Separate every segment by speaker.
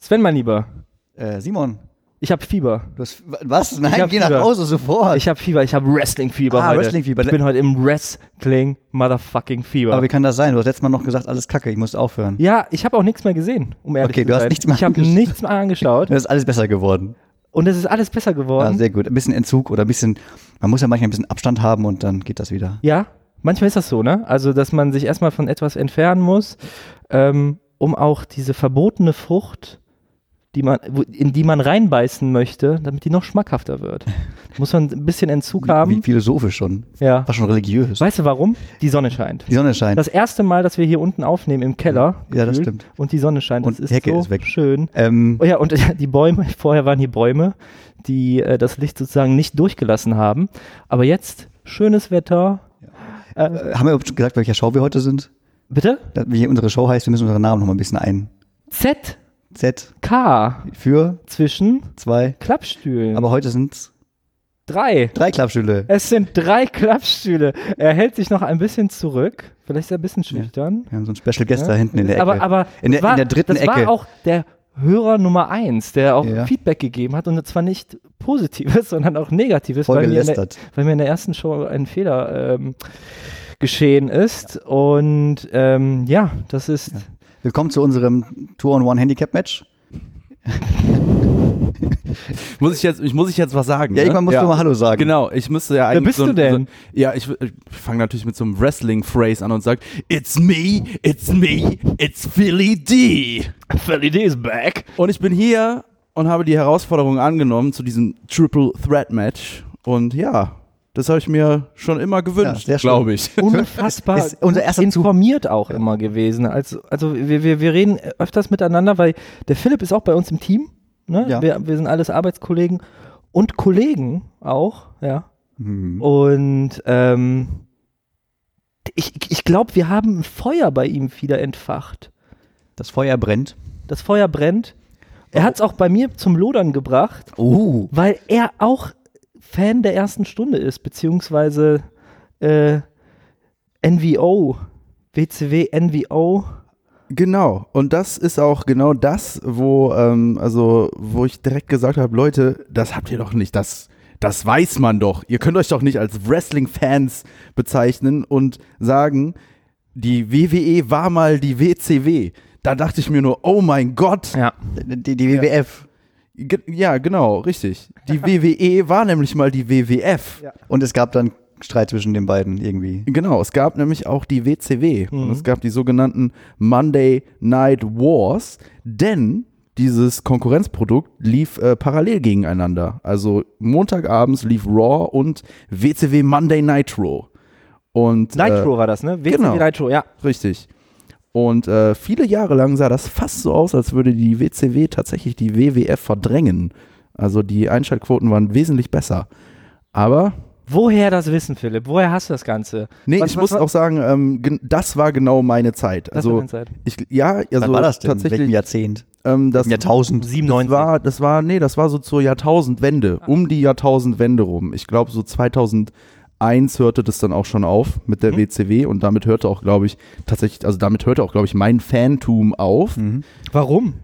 Speaker 1: Sven, mein Lieber,
Speaker 2: Äh, Simon,
Speaker 1: ich habe Fieber.
Speaker 2: du hast. Was? Nein,
Speaker 1: hab
Speaker 2: geh nach
Speaker 1: Fieber.
Speaker 2: Hause sofort.
Speaker 1: Ich habe Fieber, ich habe Wrestling-Fieber
Speaker 2: Ah,
Speaker 1: heute.
Speaker 2: Wrestling-Fieber.
Speaker 1: Ich bin heute im Wrestling-Motherfucking-Fieber.
Speaker 2: Aber wie kann das sein? Du hast letztes Mal noch gesagt, alles kacke, ich muss aufhören.
Speaker 1: Ja, ich habe auch nichts mehr gesehen, um ehrlich
Speaker 2: Okay,
Speaker 1: zu
Speaker 2: du hast
Speaker 1: sein.
Speaker 2: nichts mehr
Speaker 1: ich habe
Speaker 2: angeschaut.
Speaker 1: nichts mehr angeschaut
Speaker 2: Das ist alles besser geworden.
Speaker 1: und es ist alles besser
Speaker 2: Ja,
Speaker 1: geworden.
Speaker 2: Ah, sehr gut. Ein bisschen Entzug oder ein bisschen, man muss ja manchmal ein bisschen Abstand haben und dann geht das wieder.
Speaker 1: Ja, manchmal ist das so, ne? Also, dass man sich erstmal von etwas entfernen muss, ähm, um auch diese verbotene Frucht, die man, wo- in die man reinbeißen möchte, damit die noch schmackhafter wird. Muss man ein bisschen Entzug haben.
Speaker 2: Wie philosophisch schon.
Speaker 1: Ähm, ja.
Speaker 2: War schon religiös.
Speaker 1: Weißt du warum? Die Sonne scheint.
Speaker 2: Die Sonne scheint.
Speaker 1: Das erste Mal, dass wir hier unten aufnehmen im Keller.
Speaker 2: Ja, das
Speaker 1: gefühlt,
Speaker 2: stimmt.
Speaker 1: Und die Sonne scheint.
Speaker 2: Und
Speaker 1: das ist
Speaker 2: die Hecke
Speaker 1: so
Speaker 2: ist weg.
Speaker 1: schön.
Speaker 2: ähm,
Speaker 1: Oh ja, und die Bäume, vorher waren hier Bäume, die äh, das Licht sozusagen nicht durchgelassen haben. Aber jetzt schönes Wetter. Äh,
Speaker 2: haben wir schon gesagt, welcher Show wir heute sind?
Speaker 1: bitte?
Speaker 2: Dass wir hier unsere Show heißt, wir müssen unseren Namen noch mal ein bisschen ein.
Speaker 1: ZK
Speaker 2: Z für
Speaker 1: zwischen
Speaker 2: zwei.
Speaker 1: Klappstühlen.
Speaker 2: Aber heute sind
Speaker 1: drei.
Speaker 2: drei Klappstühle.
Speaker 1: Es sind drei Klappstühle. Er hält sich noch ein bisschen zurück. Vielleicht ist er ein bisschen schüchtern.
Speaker 2: Wir haben so einen Special Guest da
Speaker 1: Ja.
Speaker 2: hinten in der Ecke.
Speaker 1: Aber, aber
Speaker 2: in, der,
Speaker 1: das war,
Speaker 2: in der dritten
Speaker 1: das
Speaker 2: Ecke.
Speaker 1: war auch der Hörer Nummer eins, der auch
Speaker 2: Ja.
Speaker 1: Feedback gegeben hat und zwar nicht Positives, sondern auch Negatives,
Speaker 2: Voll
Speaker 1: weil mir, in der,
Speaker 2: gelästert.
Speaker 1: weil mir in der ersten Show ein Fehler ähm, geschehen ist. Und ähm, ja, das ist.
Speaker 2: Willkommen zu unserem Two-on-One-Handicap-Match.
Speaker 3: Muss ich jetzt, ich muss ich jetzt was sagen?
Speaker 2: Ja,
Speaker 3: ne?
Speaker 2: irgendwann musst du mal Hallo sagen.
Speaker 3: Genau, ich müsste ja eigentlich.
Speaker 1: bist
Speaker 3: so ein,
Speaker 1: du denn?
Speaker 3: So, ja, ich, ich fange natürlich mit so einem Wrestling-Phrase an und sage: It's me, it's me, it's Philly D.
Speaker 1: Philly D is back.
Speaker 3: Und ich bin hier und habe die Herausforderung angenommen zu diesem Triple Threat Match. Und ja, das habe ich mir schon immer gewünscht,
Speaker 2: sehr schön.
Speaker 3: glaube ich.
Speaker 1: Unfassbar
Speaker 2: Ist unser erster Zug.
Speaker 1: informiert auch immer gewesen. Also, also wir, wir, wir reden öfters miteinander, weil der Philipp ist auch bei uns im Team. Ne?
Speaker 2: Ja.
Speaker 1: Wir, wir sind alles Arbeitskollegen und Kollegen auch, ja.
Speaker 2: Mhm.
Speaker 1: Und ähm, ich, ich glaube, wir haben ein Feuer bei ihm wieder entfacht.
Speaker 2: Das Feuer brennt.
Speaker 1: Das Feuer brennt. Er hat es auch bei mir zum Lodern gebracht,
Speaker 3: Uh.
Speaker 2: Oh.
Speaker 1: weil er auch Fan der ersten Stunde ist, beziehungsweise äh, NVO, WCW NVO.
Speaker 3: Genau, und das ist auch genau das, wo, ähm, also, wo ich direkt gesagt habe, Leute, das habt ihr doch nicht, das, das weiß man doch. Ihr könnt euch doch nicht als Wrestling-Fans bezeichnen und sagen, die WWE war mal die WCW. Da dachte ich mir nur, oh mein Gott.
Speaker 1: Ja.
Speaker 2: Die, E die WWF.
Speaker 3: Ge- Ja, genau, richtig. Die WWE war nämlich mal die WWF.
Speaker 2: Und es gab dann Streit zwischen den beiden irgendwie.
Speaker 3: Genau, es gab nämlich auch die WCW und es gab die sogenannten Monday Night Wars, denn dieses Konkurrenzprodukt lief äh, parallel gegeneinander. Also Montagabends lief Raw und WCW Monday Nitro. Und,
Speaker 1: Nitro war das, ne? WCW
Speaker 3: genau.
Speaker 1: Nitro, ja.
Speaker 3: Äh, richtig. Und äh, viele Jahre lang sah das fast so aus, als würde die WCW tatsächlich die WWF verdrängen. Also die Einschaltquoten waren wesentlich besser. Aber
Speaker 1: Woher das Wissen, Philipp? Woher hast du das Ganze?
Speaker 3: Nee,
Speaker 1: Was-
Speaker 3: ich
Speaker 1: was-
Speaker 3: muss
Speaker 1: was-
Speaker 3: auch sagen, ähm, gen- das war genau meine Zeit.
Speaker 1: war
Speaker 3: Also
Speaker 1: deine Zeit.
Speaker 3: ich, ja, also
Speaker 2: Wann war das denn? In welchem
Speaker 3: tatsächlich.
Speaker 2: Jahrzehnt?
Speaker 3: Ähm, das,
Speaker 2: Im Jahrtausend?
Speaker 1: 97.
Speaker 3: Das war, das war, nee, das war so zur
Speaker 1: Ah.
Speaker 3: Jahrtausendwende, um die Jahrtausendwende rum. Ich glaube, so 2001 hörte das dann auch schon auf mit
Speaker 2: Mhm.
Speaker 3: der WCW und damit hörte auch, glaube ich, tatsächlich, also damit hörte auch, glaube ich, mein Fantum auf.
Speaker 2: Mhm.
Speaker 1: Warum?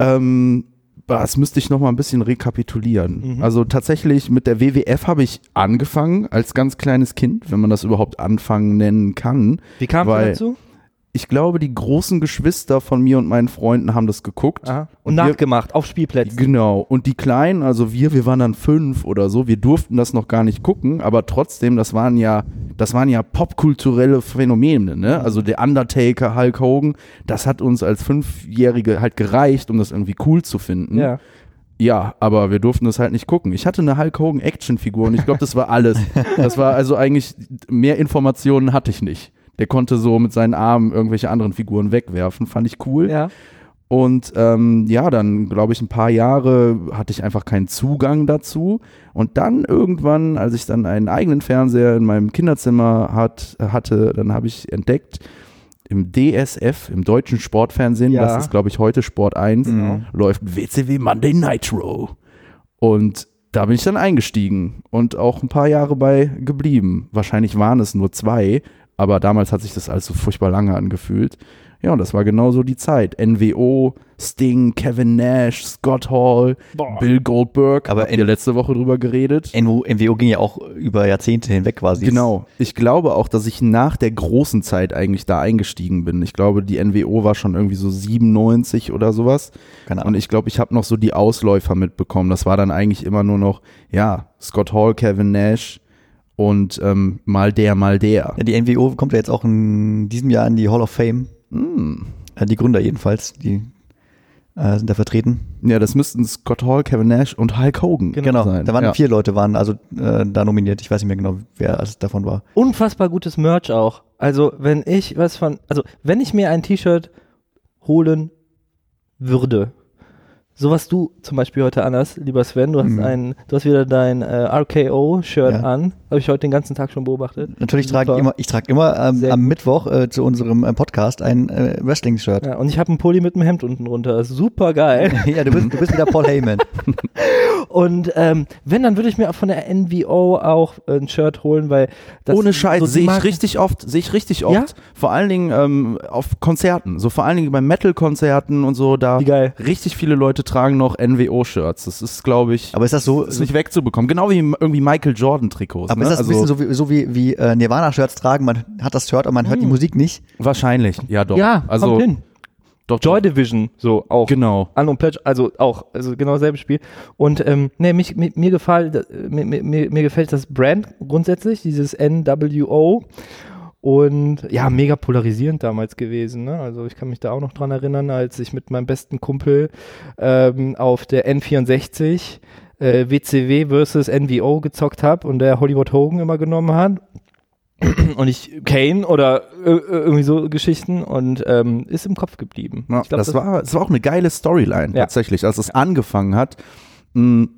Speaker 3: Ähm, boah, das müsste ich noch mal ein bisschen
Speaker 2: Mhm.
Speaker 3: rekapitulieren. Also tatsächlich mit der WWF habe ich angefangen als ganz kleines Kind, wenn man das überhaupt anfangen nennen kann.
Speaker 1: Wie kamst du
Speaker 3: Weil-
Speaker 1: dazu?
Speaker 3: Ich glaube, die großen Geschwister von mir und meinen Freunden haben das geguckt.
Speaker 1: Aha. Und
Speaker 3: wir-
Speaker 1: nachgemacht, auf Spielplätzen.
Speaker 3: Genau. Und die Kleinen, also wir, wir waren dann fünf oder so, wir durften das noch gar nicht gucken, aber trotzdem, das waren ja, das waren ja popkulturelle Phänomene,
Speaker 1: Mhm.
Speaker 3: ne? Also der Undertaker, Hulk Hogan, das hat uns als Fünfjährige halt gereicht, um das irgendwie cool zu finden.
Speaker 1: Ja.
Speaker 3: Ja, aber wir durften es halt nicht gucken. Ich hatte eine Hulk Hogan Actionfigur und ich glaube, das war alles. Das war also eigentlich, mehr Informationen hatte ich nicht. Der konnte so mit seinen Armen irgendwelche anderen Figuren wegwerfen, fand ich cool.
Speaker 1: ja.
Speaker 3: Und ähm, ja, dann glaube ich ein paar Jahre hatte ich einfach keinen Zugang dazu. Und dann irgendwann, als ich dann einen eigenen Fernseher in meinem Kinderzimmer hat, hatte, dann habe ich entdeckt, im DSF, im deutschen Sportfernsehen,
Speaker 1: Ja.
Speaker 3: das ist glaube ich heute Sport 1, läuft WCW Monday Nitro. Und da bin ich dann eingestiegen und auch ein paar Jahre bei geblieben. Wahrscheinlich waren es nur zwei, aber damals hat sich das alles so furchtbar lange angefühlt. Ja, und das war genau so die Zeit. NWO, Sting, Kevin Nash, Scott Hall, Bill Goldberg.
Speaker 2: Aber
Speaker 3: habt ihr
Speaker 2: in-
Speaker 3: letzte Woche drüber geredet?
Speaker 2: NWO, MWO ging ja auch über Jahrzehnte hinweg quasi.
Speaker 3: Genau. Ich glaube auch, dass ich nach der großen Zeit eigentlich da eingestiegen bin. Ich glaube, die NWO war schon irgendwie so 97 oder sowas.
Speaker 2: Keine Ahnung.
Speaker 3: Und ich glaube, ich habe noch so die Ausläufer mitbekommen. Das war dann eigentlich immer nur noch, ja, Scott Hall, Kevin Nash und ähm, mal der, mal der.
Speaker 2: Ja, die NWO kommt ja jetzt auch in diesem Jahr in die Hall of Fame.
Speaker 3: Hm.
Speaker 2: Äh, Die Gründer jedenfalls, die äh, sind da vertreten.
Speaker 3: Ja, das müssten Scott Hall, Kevin Nash und Hulk Hogan
Speaker 2: Genau,
Speaker 3: sein.
Speaker 2: da waren
Speaker 3: ja.
Speaker 2: vier Leute, waren also äh, da nominiert. Ich weiß nicht mehr genau, wer es davon war.
Speaker 1: Unfassbar gutes Merch auch. Also, wenn ich was von, also, wenn ich mir ein T-Shirt holen würde, so was du zum Beispiel heute anhast, lieber Sven, du hast
Speaker 2: Mhm.
Speaker 1: ein, du hast wieder dein äh, RKO-Shirt
Speaker 2: Ja.
Speaker 1: an, habe ich heute den ganzen Tag schon beobachtet.
Speaker 2: Natürlich trage
Speaker 1: Super.
Speaker 2: ich immer, ich trage immer ähm,
Speaker 1: Sehr
Speaker 2: am
Speaker 1: gut.
Speaker 2: Mittwoch äh, zu unserem äh, Podcast ein äh, Wrestling-Shirt.
Speaker 1: Ja, und ich habe einen Pulli mit einem Hemd unten runter. Super geil.
Speaker 2: Ja. du, bist, du bist wieder Paul Heyman.
Speaker 1: Und ähm, wenn, dann würde ich mir von der NVO auch ein Shirt holen, weil das
Speaker 3: Ohne Scheiß,
Speaker 1: so die
Speaker 3: sehe ich
Speaker 1: Marken-
Speaker 3: richtig oft, sehe ich richtig oft.
Speaker 1: Ja?
Speaker 3: Vor allen Dingen ähm, auf Konzerten, so vor allen Dingen bei Metal-Konzerten und so, da
Speaker 1: Wie geil.
Speaker 3: richtig viele Leute tragen noch NWO-Shirts. Das ist, glaube ich,
Speaker 2: Aber ist das so?
Speaker 3: ist nicht wegzubekommen. Genau wie irgendwie Michael Jordan-Trikots.
Speaker 2: aber
Speaker 3: ne?
Speaker 2: ist das ein bisschen so wie, so wie, wie äh, Nirvana-Shirts tragen? Man hat das Shirt und man hört die Musik nicht.
Speaker 3: Wahrscheinlich, ja doch.
Speaker 1: Ja, also
Speaker 3: also
Speaker 1: kommt hin.
Speaker 3: doch
Speaker 1: Joy Division, so auch.
Speaker 3: Genau.
Speaker 1: An und Pledge, also auch, also genau dasselbe Spiel. Und ähm, nee, mich, mi- mir, gefall, da- mir, mir, mir mir gefällt das Brand grundsätzlich, dieses NWO. Und ja, mega polarisierend damals gewesen. Ne? Also ich kann mich da auch noch dran erinnern, als ich mit meinem besten Kumpel ähm, auf der N64 äh, WCW versus NWO gezockt habe und der Hollywood Hogan immer genommen hat und ich Kane oder äh, äh, irgendwie so Geschichten und ähm, ist im Kopf geblieben.
Speaker 3: Ja,
Speaker 1: ich glaub,
Speaker 3: das, war, das war auch eine geile Storyline
Speaker 1: Ja.
Speaker 3: tatsächlich, als es angefangen hat. Mh,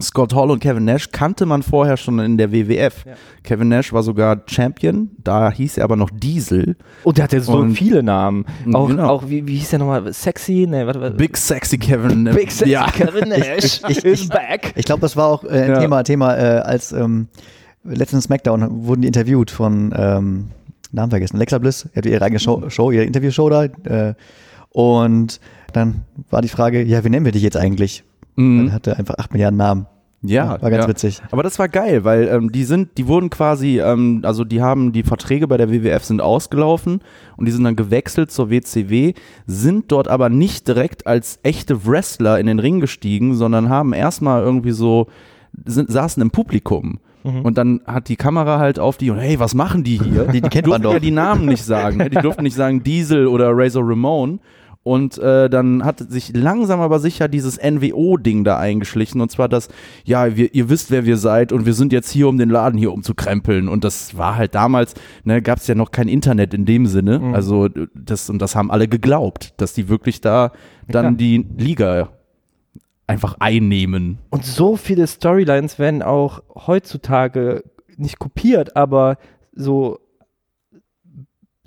Speaker 3: Scott Hall und Kevin Nash kannte man vorher schon in der WWF.
Speaker 1: Ja.
Speaker 3: Kevin Nash war sogar Champion, da hieß er aber noch Diesel.
Speaker 1: Und der hat ja so
Speaker 3: Und-
Speaker 1: viele Namen.
Speaker 2: Mhm,
Speaker 1: Auch,
Speaker 3: Genau.
Speaker 1: auch wie, wie hieß der nochmal? Sexy? Nee, warte, warte.
Speaker 3: Big Sexy Kevin. äh,
Speaker 1: Big Sexy
Speaker 3: Ja.
Speaker 1: Kevin Nash
Speaker 2: Ich- ich- ich-
Speaker 1: is
Speaker 2: ich-
Speaker 1: back.
Speaker 2: Ich glaube, das war auch äh, ein
Speaker 3: Ja.
Speaker 2: Thema, Thema äh, als ähm, letzten Smackdown wurden die interviewt von ähm, Namen vergessen, Alexa Bliss, die hatte ihre eigene Show, Show ihre Interviewshow da äh, und dann war die Frage, ja, wie nennen wir dich jetzt eigentlich? Dann hatte einfach acht Milliarden Namen.
Speaker 3: Ja,
Speaker 2: War ganz
Speaker 3: ja.
Speaker 2: witzig.
Speaker 3: Aber das war geil, weil ähm, die sind, die wurden quasi, ähm, also die haben die Verträge bei der WWF sind ausgelaufen und die sind dann gewechselt zur WCW, sind dort aber nicht direkt als echte Wrestler in den Ring gestiegen, sondern haben erstmal irgendwie so sind, saßen im Publikum.
Speaker 2: Mhm.
Speaker 3: Und dann hat die Kamera halt auf die und hey, was machen die hier?
Speaker 2: Die- die kennt man
Speaker 3: durften
Speaker 2: doch.
Speaker 3: ja die Namen nicht sagen. ne? Die durften nicht sagen Diesel oder Razor Ramon. Und äh, dann hat sich langsam aber sicher dieses NWO-Ding da eingeschlichen. Und zwar das, ja, wir, ihr wisst, wer wir seid und wir sind jetzt hier, um den Laden hier umzukrempeln. Und das war halt damals, ne, gab es ja noch kein Internet in dem Sinne. Also das, und das haben alle geglaubt, dass die wirklich da
Speaker 1: klar.
Speaker 3: dann die Liga einfach einnehmen.
Speaker 1: Und so viele Storylines werden auch heutzutage nicht kopiert, aber so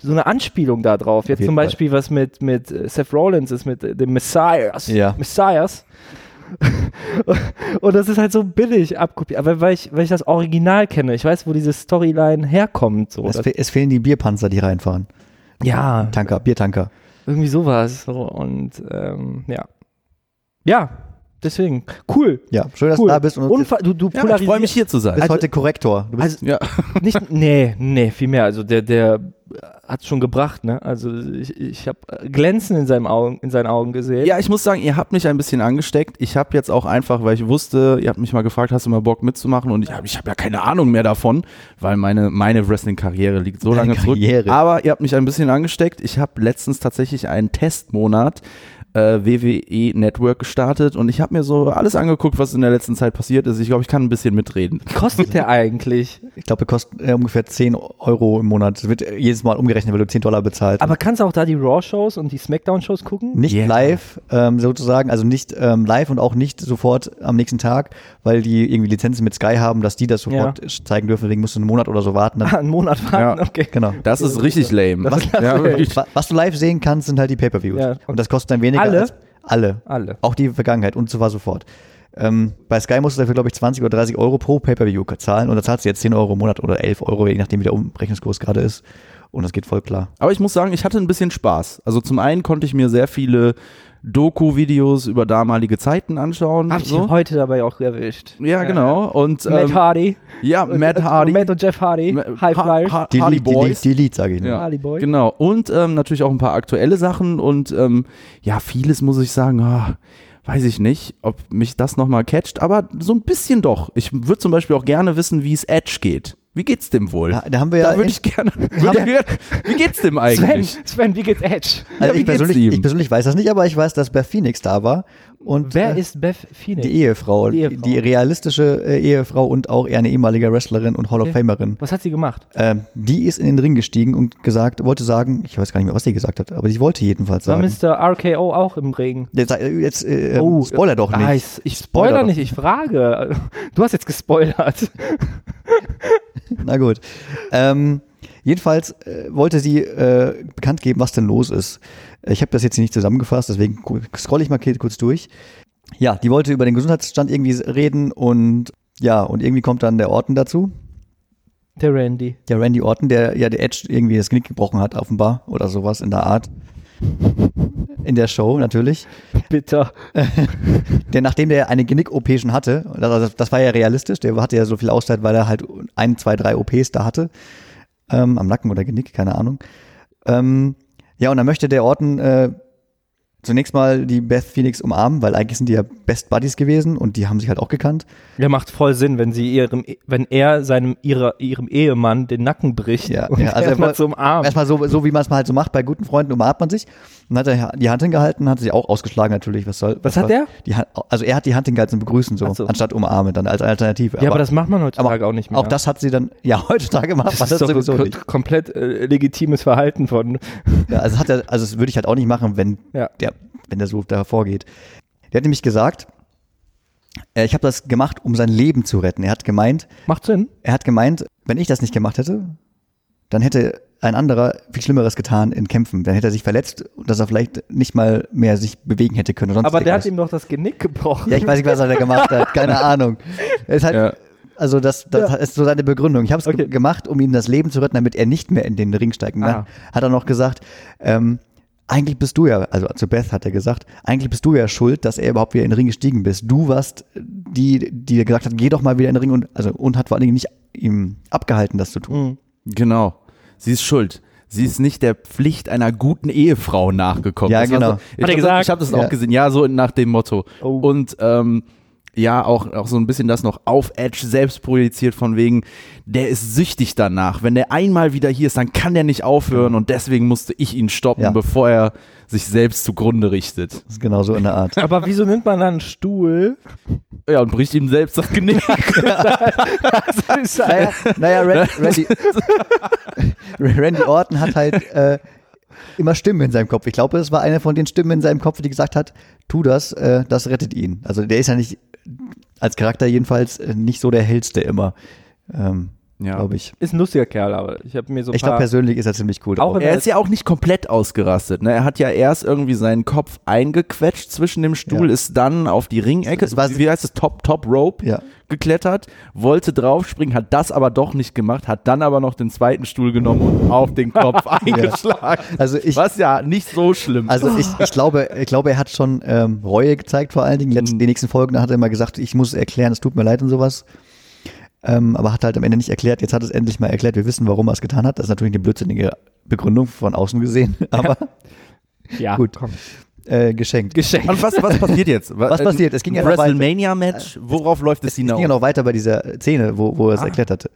Speaker 1: so eine Anspielung da drauf. Jetzt
Speaker 2: jeden
Speaker 1: zum
Speaker 2: Fall.
Speaker 1: Beispiel was mit, mit äh, Seth Rollins ist, mit äh, dem Messias.
Speaker 2: Ja.
Speaker 1: Messias. Und das ist halt so billig abkopiert, aber weil ich, weil ich das Original kenne. Ich weiß, wo diese Storyline herkommt. So.
Speaker 2: Es,
Speaker 1: Das,
Speaker 2: fe es fehlen die Bierpanzer, die reinfahren.
Speaker 1: ja,
Speaker 2: Tanker, Biertanker.
Speaker 1: irgendwie sowas. So. Und ähm, ja. Ja, deswegen. Cool.
Speaker 2: Ja, schön, dass
Speaker 1: cool.
Speaker 2: du da bist und uns
Speaker 1: Unfall, du, du
Speaker 3: Ja, ich freue mich hier zu sein.
Speaker 2: bist heute Korrektor. Du bist
Speaker 1: Also,
Speaker 3: ja.
Speaker 1: nicht, nee, nee, viel mehr. Also der, der hat's schon gebracht, ne? Also ich, ich habe Glänzen in, seinem Augen, in seinen Augen gesehen.
Speaker 3: Ja, ich muss sagen, ihr habt mich ein bisschen angesteckt. Ich habe jetzt auch einfach, weil ich wusste, ihr habt mich mal gefragt, hast du mal Bock mitzumachen? Und ich habe ich hab ja keine Ahnung mehr davon, weil meine, meine Wrestling-Karriere liegt so
Speaker 2: Deine
Speaker 3: lange zurück.
Speaker 2: Karriere.
Speaker 3: Aber ihr habt mich ein bisschen angesteckt. Ich habe letztens tatsächlich einen Testmonat äh, WWE Network gestartet und ich habe mir so alles angeguckt, was in der letzten Zeit passiert ist. Ich glaube, ich kann ein bisschen mitreden.
Speaker 1: Wie kostet der eigentlich?
Speaker 2: ich glaube, kostet äh, ungefähr 10 Euro im Monat. Das wird äh, jedes Mal umgerechnet, weil du 10 Dollar bezahlst.
Speaker 1: Aber kannst du auch da die Raw-Shows und die Smackdown-Shows gucken?
Speaker 2: Nicht
Speaker 3: Yeah.
Speaker 2: live ähm, sozusagen, also nicht ähm, live und auch nicht sofort am nächsten Tag, weil die irgendwie Lizenzen mit Sky haben, dass die das sofort zeigen dürfen. Deswegen musst du einen Monat oder so warten.
Speaker 1: Ah, einen Monat warten,
Speaker 3: Ja.
Speaker 1: okay.
Speaker 2: genau.
Speaker 3: Das ist richtig lame.
Speaker 2: Was,
Speaker 3: ja, wirklich.
Speaker 2: wa- was du live sehen kannst, sind halt die Pay-per-Views.
Speaker 1: Ja.
Speaker 2: Und das kostet dann weniger
Speaker 1: Alle?
Speaker 2: als alle.
Speaker 1: Alle.
Speaker 2: Auch die Vergangenheit und so war sofort. Ähm, bei Sky musst du dafür, glaube ich, 20 oder 30 Euro pro Pay-per-View zahlen und da zahlst du jetzt 10 Euro im Monat oder 11 Euro, je nachdem, wie der Umrechnungskurs gerade ist. und es geht voll klar.
Speaker 3: Aber ich muss sagen, ich hatte ein bisschen Spaß. Also zum einen konnte ich mir sehr viele Doku-Videos über damalige Zeiten anschauen.
Speaker 1: Hab ich
Speaker 3: so.
Speaker 1: heute dabei auch erwischt. Äh,
Speaker 3: Ja, genau. Und
Speaker 1: Matt
Speaker 3: ähm,
Speaker 1: Hardy.
Speaker 3: ja, Matt Hardy.
Speaker 1: Matt und Jeff Hardy.
Speaker 3: Ma-
Speaker 1: High
Speaker 3: Ha-
Speaker 1: Flyers.
Speaker 3: Ha-
Speaker 2: Die
Speaker 3: Hardy
Speaker 2: Lied, die Lied,
Speaker 3: Boys.
Speaker 2: die Lied sage ich nur.
Speaker 3: Ja,
Speaker 1: Harley Boy.
Speaker 3: Genau. Und ähm, natürlich auch ein paar aktuelle Sachen und ähm, ja, vieles muss ich sagen, ah, weiß ich nicht, ob mich das nochmal catcht, aber so ein bisschen doch. Ich würde zum Beispiel auch gerne wissen, wie es Edge geht. Wie geht's dem wohl?
Speaker 2: Da, da haben wir ja
Speaker 3: da würde
Speaker 2: echt-
Speaker 3: ich gerne. Würd ich gerne- wie geht's dem
Speaker 1: Sven,
Speaker 3: eigentlich?
Speaker 1: Sven, wie geht's Edge?
Speaker 2: Also
Speaker 3: Ja, wie
Speaker 2: ich,
Speaker 3: geht's
Speaker 2: persönlich,
Speaker 3: ihm?
Speaker 2: ich persönlich weiß das nicht, aber ich weiß, dass Beth Phoenix da war. Und
Speaker 1: Wer
Speaker 2: äh,
Speaker 1: ist Beth Phoenix?
Speaker 2: die Ehefrau,
Speaker 1: Die
Speaker 2: die,
Speaker 1: Ehefrau.
Speaker 2: die realistische äh, Ehefrau und auch eher eine ehemalige Wrestlerin und Hall of
Speaker 1: Okay.
Speaker 2: Famerin.
Speaker 1: Was hat sie gemacht?
Speaker 2: Ähm, die ist in den Ring gestiegen und gesagt, wollte sagen, ich weiß gar nicht mehr, was sie gesagt hat, aber sie wollte jedenfalls
Speaker 1: War
Speaker 2: sagen.
Speaker 1: Mr. RKO auch im Regen?
Speaker 2: Jetzt, äh, jetzt äh, ähm, spoiler doch nicht.
Speaker 1: Ah, ich, ich
Speaker 2: Spoiler
Speaker 1: spoiler,
Speaker 2: doch.
Speaker 1: nicht, ich frage. Du hast jetzt gespoilert.
Speaker 2: Na gut. Ähm, jedenfalls äh, wollte sie äh, bekannt geben, was denn los ist. Ich habe das jetzt hier nicht zusammengefasst, deswegen gu- scroll ich mal ke- kurz durch. Ja, die wollte über den Gesundheitsstand irgendwie reden und ja, und irgendwie kommt dann der Orton dazu.
Speaker 1: Der Randy.
Speaker 2: Der Randy Orton, der ja der Edge irgendwie das Knick gebrochen hat, offenbar, oder sowas in der Art. In der Show natürlich.
Speaker 1: Bitter.
Speaker 2: Der, nachdem der eine Genick-OP schon hatte, das, das war ja realistisch, der hatte ja so viel Auszeit, weil er halt ein, zwei, drei OPs da hatte. Ähm, am Nacken oder Genick, keine Ahnung. Ähm, ja, und dann möchte der Orton äh, zunächst mal die Beth Phoenix umarmen, weil eigentlich sind die ja Best Buddies gewesen und die haben sich halt auch gekannt.
Speaker 1: Ja, macht voll Sinn, wenn sie ihrem, wenn er seinem, ihrer, ihrem Ehemann den Nacken bricht
Speaker 2: Ja,
Speaker 1: und
Speaker 2: ja, also
Speaker 1: erstmal
Speaker 2: er-
Speaker 1: zum Arm.
Speaker 2: Erstmal so, so wie man es mal halt so macht, bei guten Freunden umarmt man sich. Und hat er die Hand hingehalten, hat sie auch ausgeschlagen natürlich, was soll.
Speaker 1: Was hat
Speaker 2: soll-
Speaker 1: der?
Speaker 2: Die, Hand- also er hat die Hand hingehalten zum Begrüßen so,
Speaker 1: Ach so.
Speaker 2: anstatt umarmen dann als Alternative.
Speaker 1: ja, aber das macht man heutzutage auch nicht mehr.
Speaker 2: Auch das hat sie dann, ja, heutzutage macht
Speaker 1: das
Speaker 2: man das
Speaker 1: ist doch
Speaker 2: sowieso
Speaker 1: ko-
Speaker 2: nicht.
Speaker 1: komplett äh, legitimes Verhalten von.
Speaker 2: Ja, also, hat er, also das würde ich halt auch nicht machen, wenn
Speaker 1: Ja.
Speaker 2: der, wenn der so da vorgeht. Der hat nämlich gesagt, äh, ich habe das gemacht, um sein Leben zu retten. Er hat gemeint,
Speaker 1: Macht Sinn.
Speaker 2: er hat gemeint, wenn ich das nicht gemacht hätte, dann hätte ein anderer viel Schlimmeres getan in Kämpfen. Dann hätte er sich verletzt, dass er vielleicht nicht mal mehr sich bewegen hätte können. Sonst
Speaker 1: Aber der hat
Speaker 2: irgendwas.
Speaker 1: ihm doch das Genick gebrochen.
Speaker 2: ja, ich weiß nicht, was er da gemacht hat. Keine Ahnung. Er Ist halt,
Speaker 3: Ja.
Speaker 2: Also das, das ist so seine Begründung. Ich habe es
Speaker 1: Okay.
Speaker 2: gemacht, um ihm das Leben zu retten, damit er nicht mehr in den Ring steigen kann.
Speaker 1: Ah.
Speaker 2: Hat er noch gesagt, ähm, eigentlich bist du ja, also zu Beth hat er gesagt, eigentlich bist du ja schuld, dass er überhaupt wieder in den Ring gestiegen bist. Du warst die, die gesagt hat, geh doch mal wieder in den Ring und, also, und hat vor allen Dingen nicht ihm abgehalten, das zu tun.
Speaker 1: Mhm.
Speaker 3: Genau. Sie ist schuld. Sie ist nicht der Pflicht einer guten Ehefrau nachgekommen.
Speaker 2: Ja,
Speaker 3: war
Speaker 2: genau.
Speaker 3: So, ich
Speaker 1: er
Speaker 3: habe
Speaker 1: gesagt?
Speaker 3: das, ich hab das
Speaker 2: Ja.
Speaker 3: auch gesehen. Ja, so nach dem Motto.
Speaker 1: Oh.
Speaker 3: Und ähm, ja, auch, auch so ein bisschen das noch auf Edge selbst projiziert von wegen, der ist süchtig danach. Wenn der einmal wieder hier ist, dann kann der nicht aufhören und deswegen musste ich ihn stoppen,
Speaker 2: Genau. Ja.
Speaker 3: bevor er sich selbst zugrunde richtet.
Speaker 2: Das ist genau so in der Art.
Speaker 1: Aber wieso nimmt man dann einen Stuhl?
Speaker 3: Ja, und bricht ihm selbst das Genick.
Speaker 1: Das ist halt-
Speaker 2: naja, naja Rand, Randy, Randy Orton hat halt äh, immer Stimmen in seinem Kopf. Ich glaube, es war eine von den Stimmen in seinem Kopf, die gesagt hat, tu das, äh, das rettet ihn. Also der ist ja nicht, als Charakter jedenfalls, äh, nicht so der hellste immer, ähm,
Speaker 3: Ja.
Speaker 2: glaube ich.
Speaker 1: Ist ein lustiger Kerl, aber ich habe mir so ein
Speaker 2: Ich glaube,
Speaker 1: paar
Speaker 2: persönlich ist er ziemlich cool.
Speaker 1: Auch
Speaker 2: drauf.
Speaker 1: im-
Speaker 3: Er ist ja auch nicht komplett ausgerastet. Ne? Er hat ja erst irgendwie seinen Kopf eingequetscht zwischen dem Stuhl,
Speaker 2: Ja.
Speaker 3: ist dann auf die Ringecke,
Speaker 2: Es war-
Speaker 3: wie heißt es, Top, Top Rope
Speaker 2: Ja.
Speaker 3: geklettert, wollte draufspringen, hat das aber doch nicht gemacht, hat dann aber noch den zweiten Stuhl genommen und auf den Kopf eingeschlagen.
Speaker 2: also ich,
Speaker 3: was ja nicht so schlimm ist.
Speaker 2: also ich, ich glaube, ich glaube, er hat schon ähm, Reue gezeigt, vor allen Dingen. Letz, Die nächsten Folgen hat er immer gesagt, ich muss erklären, es tut mir leid und sowas. Ähm, aber hat halt am Ende nicht erklärt. Jetzt hat er es endlich mal erklärt. Wir wissen, warum er es getan hat. Das ist natürlich eine blödsinnige Begründung von außen gesehen, aber
Speaker 1: ja,
Speaker 2: gut.
Speaker 1: komm.
Speaker 2: äh, geschenkt.
Speaker 1: Geschenkt.
Speaker 3: Und was, was passiert jetzt?
Speaker 2: Was passiert? Es ging ja noch weiter.
Speaker 3: WrestleMania-Match, worauf läuft es
Speaker 2: Es
Speaker 3: hinaus?
Speaker 2: ging ja noch weiter bei dieser Szene, wo, wo er es erklärt hatte.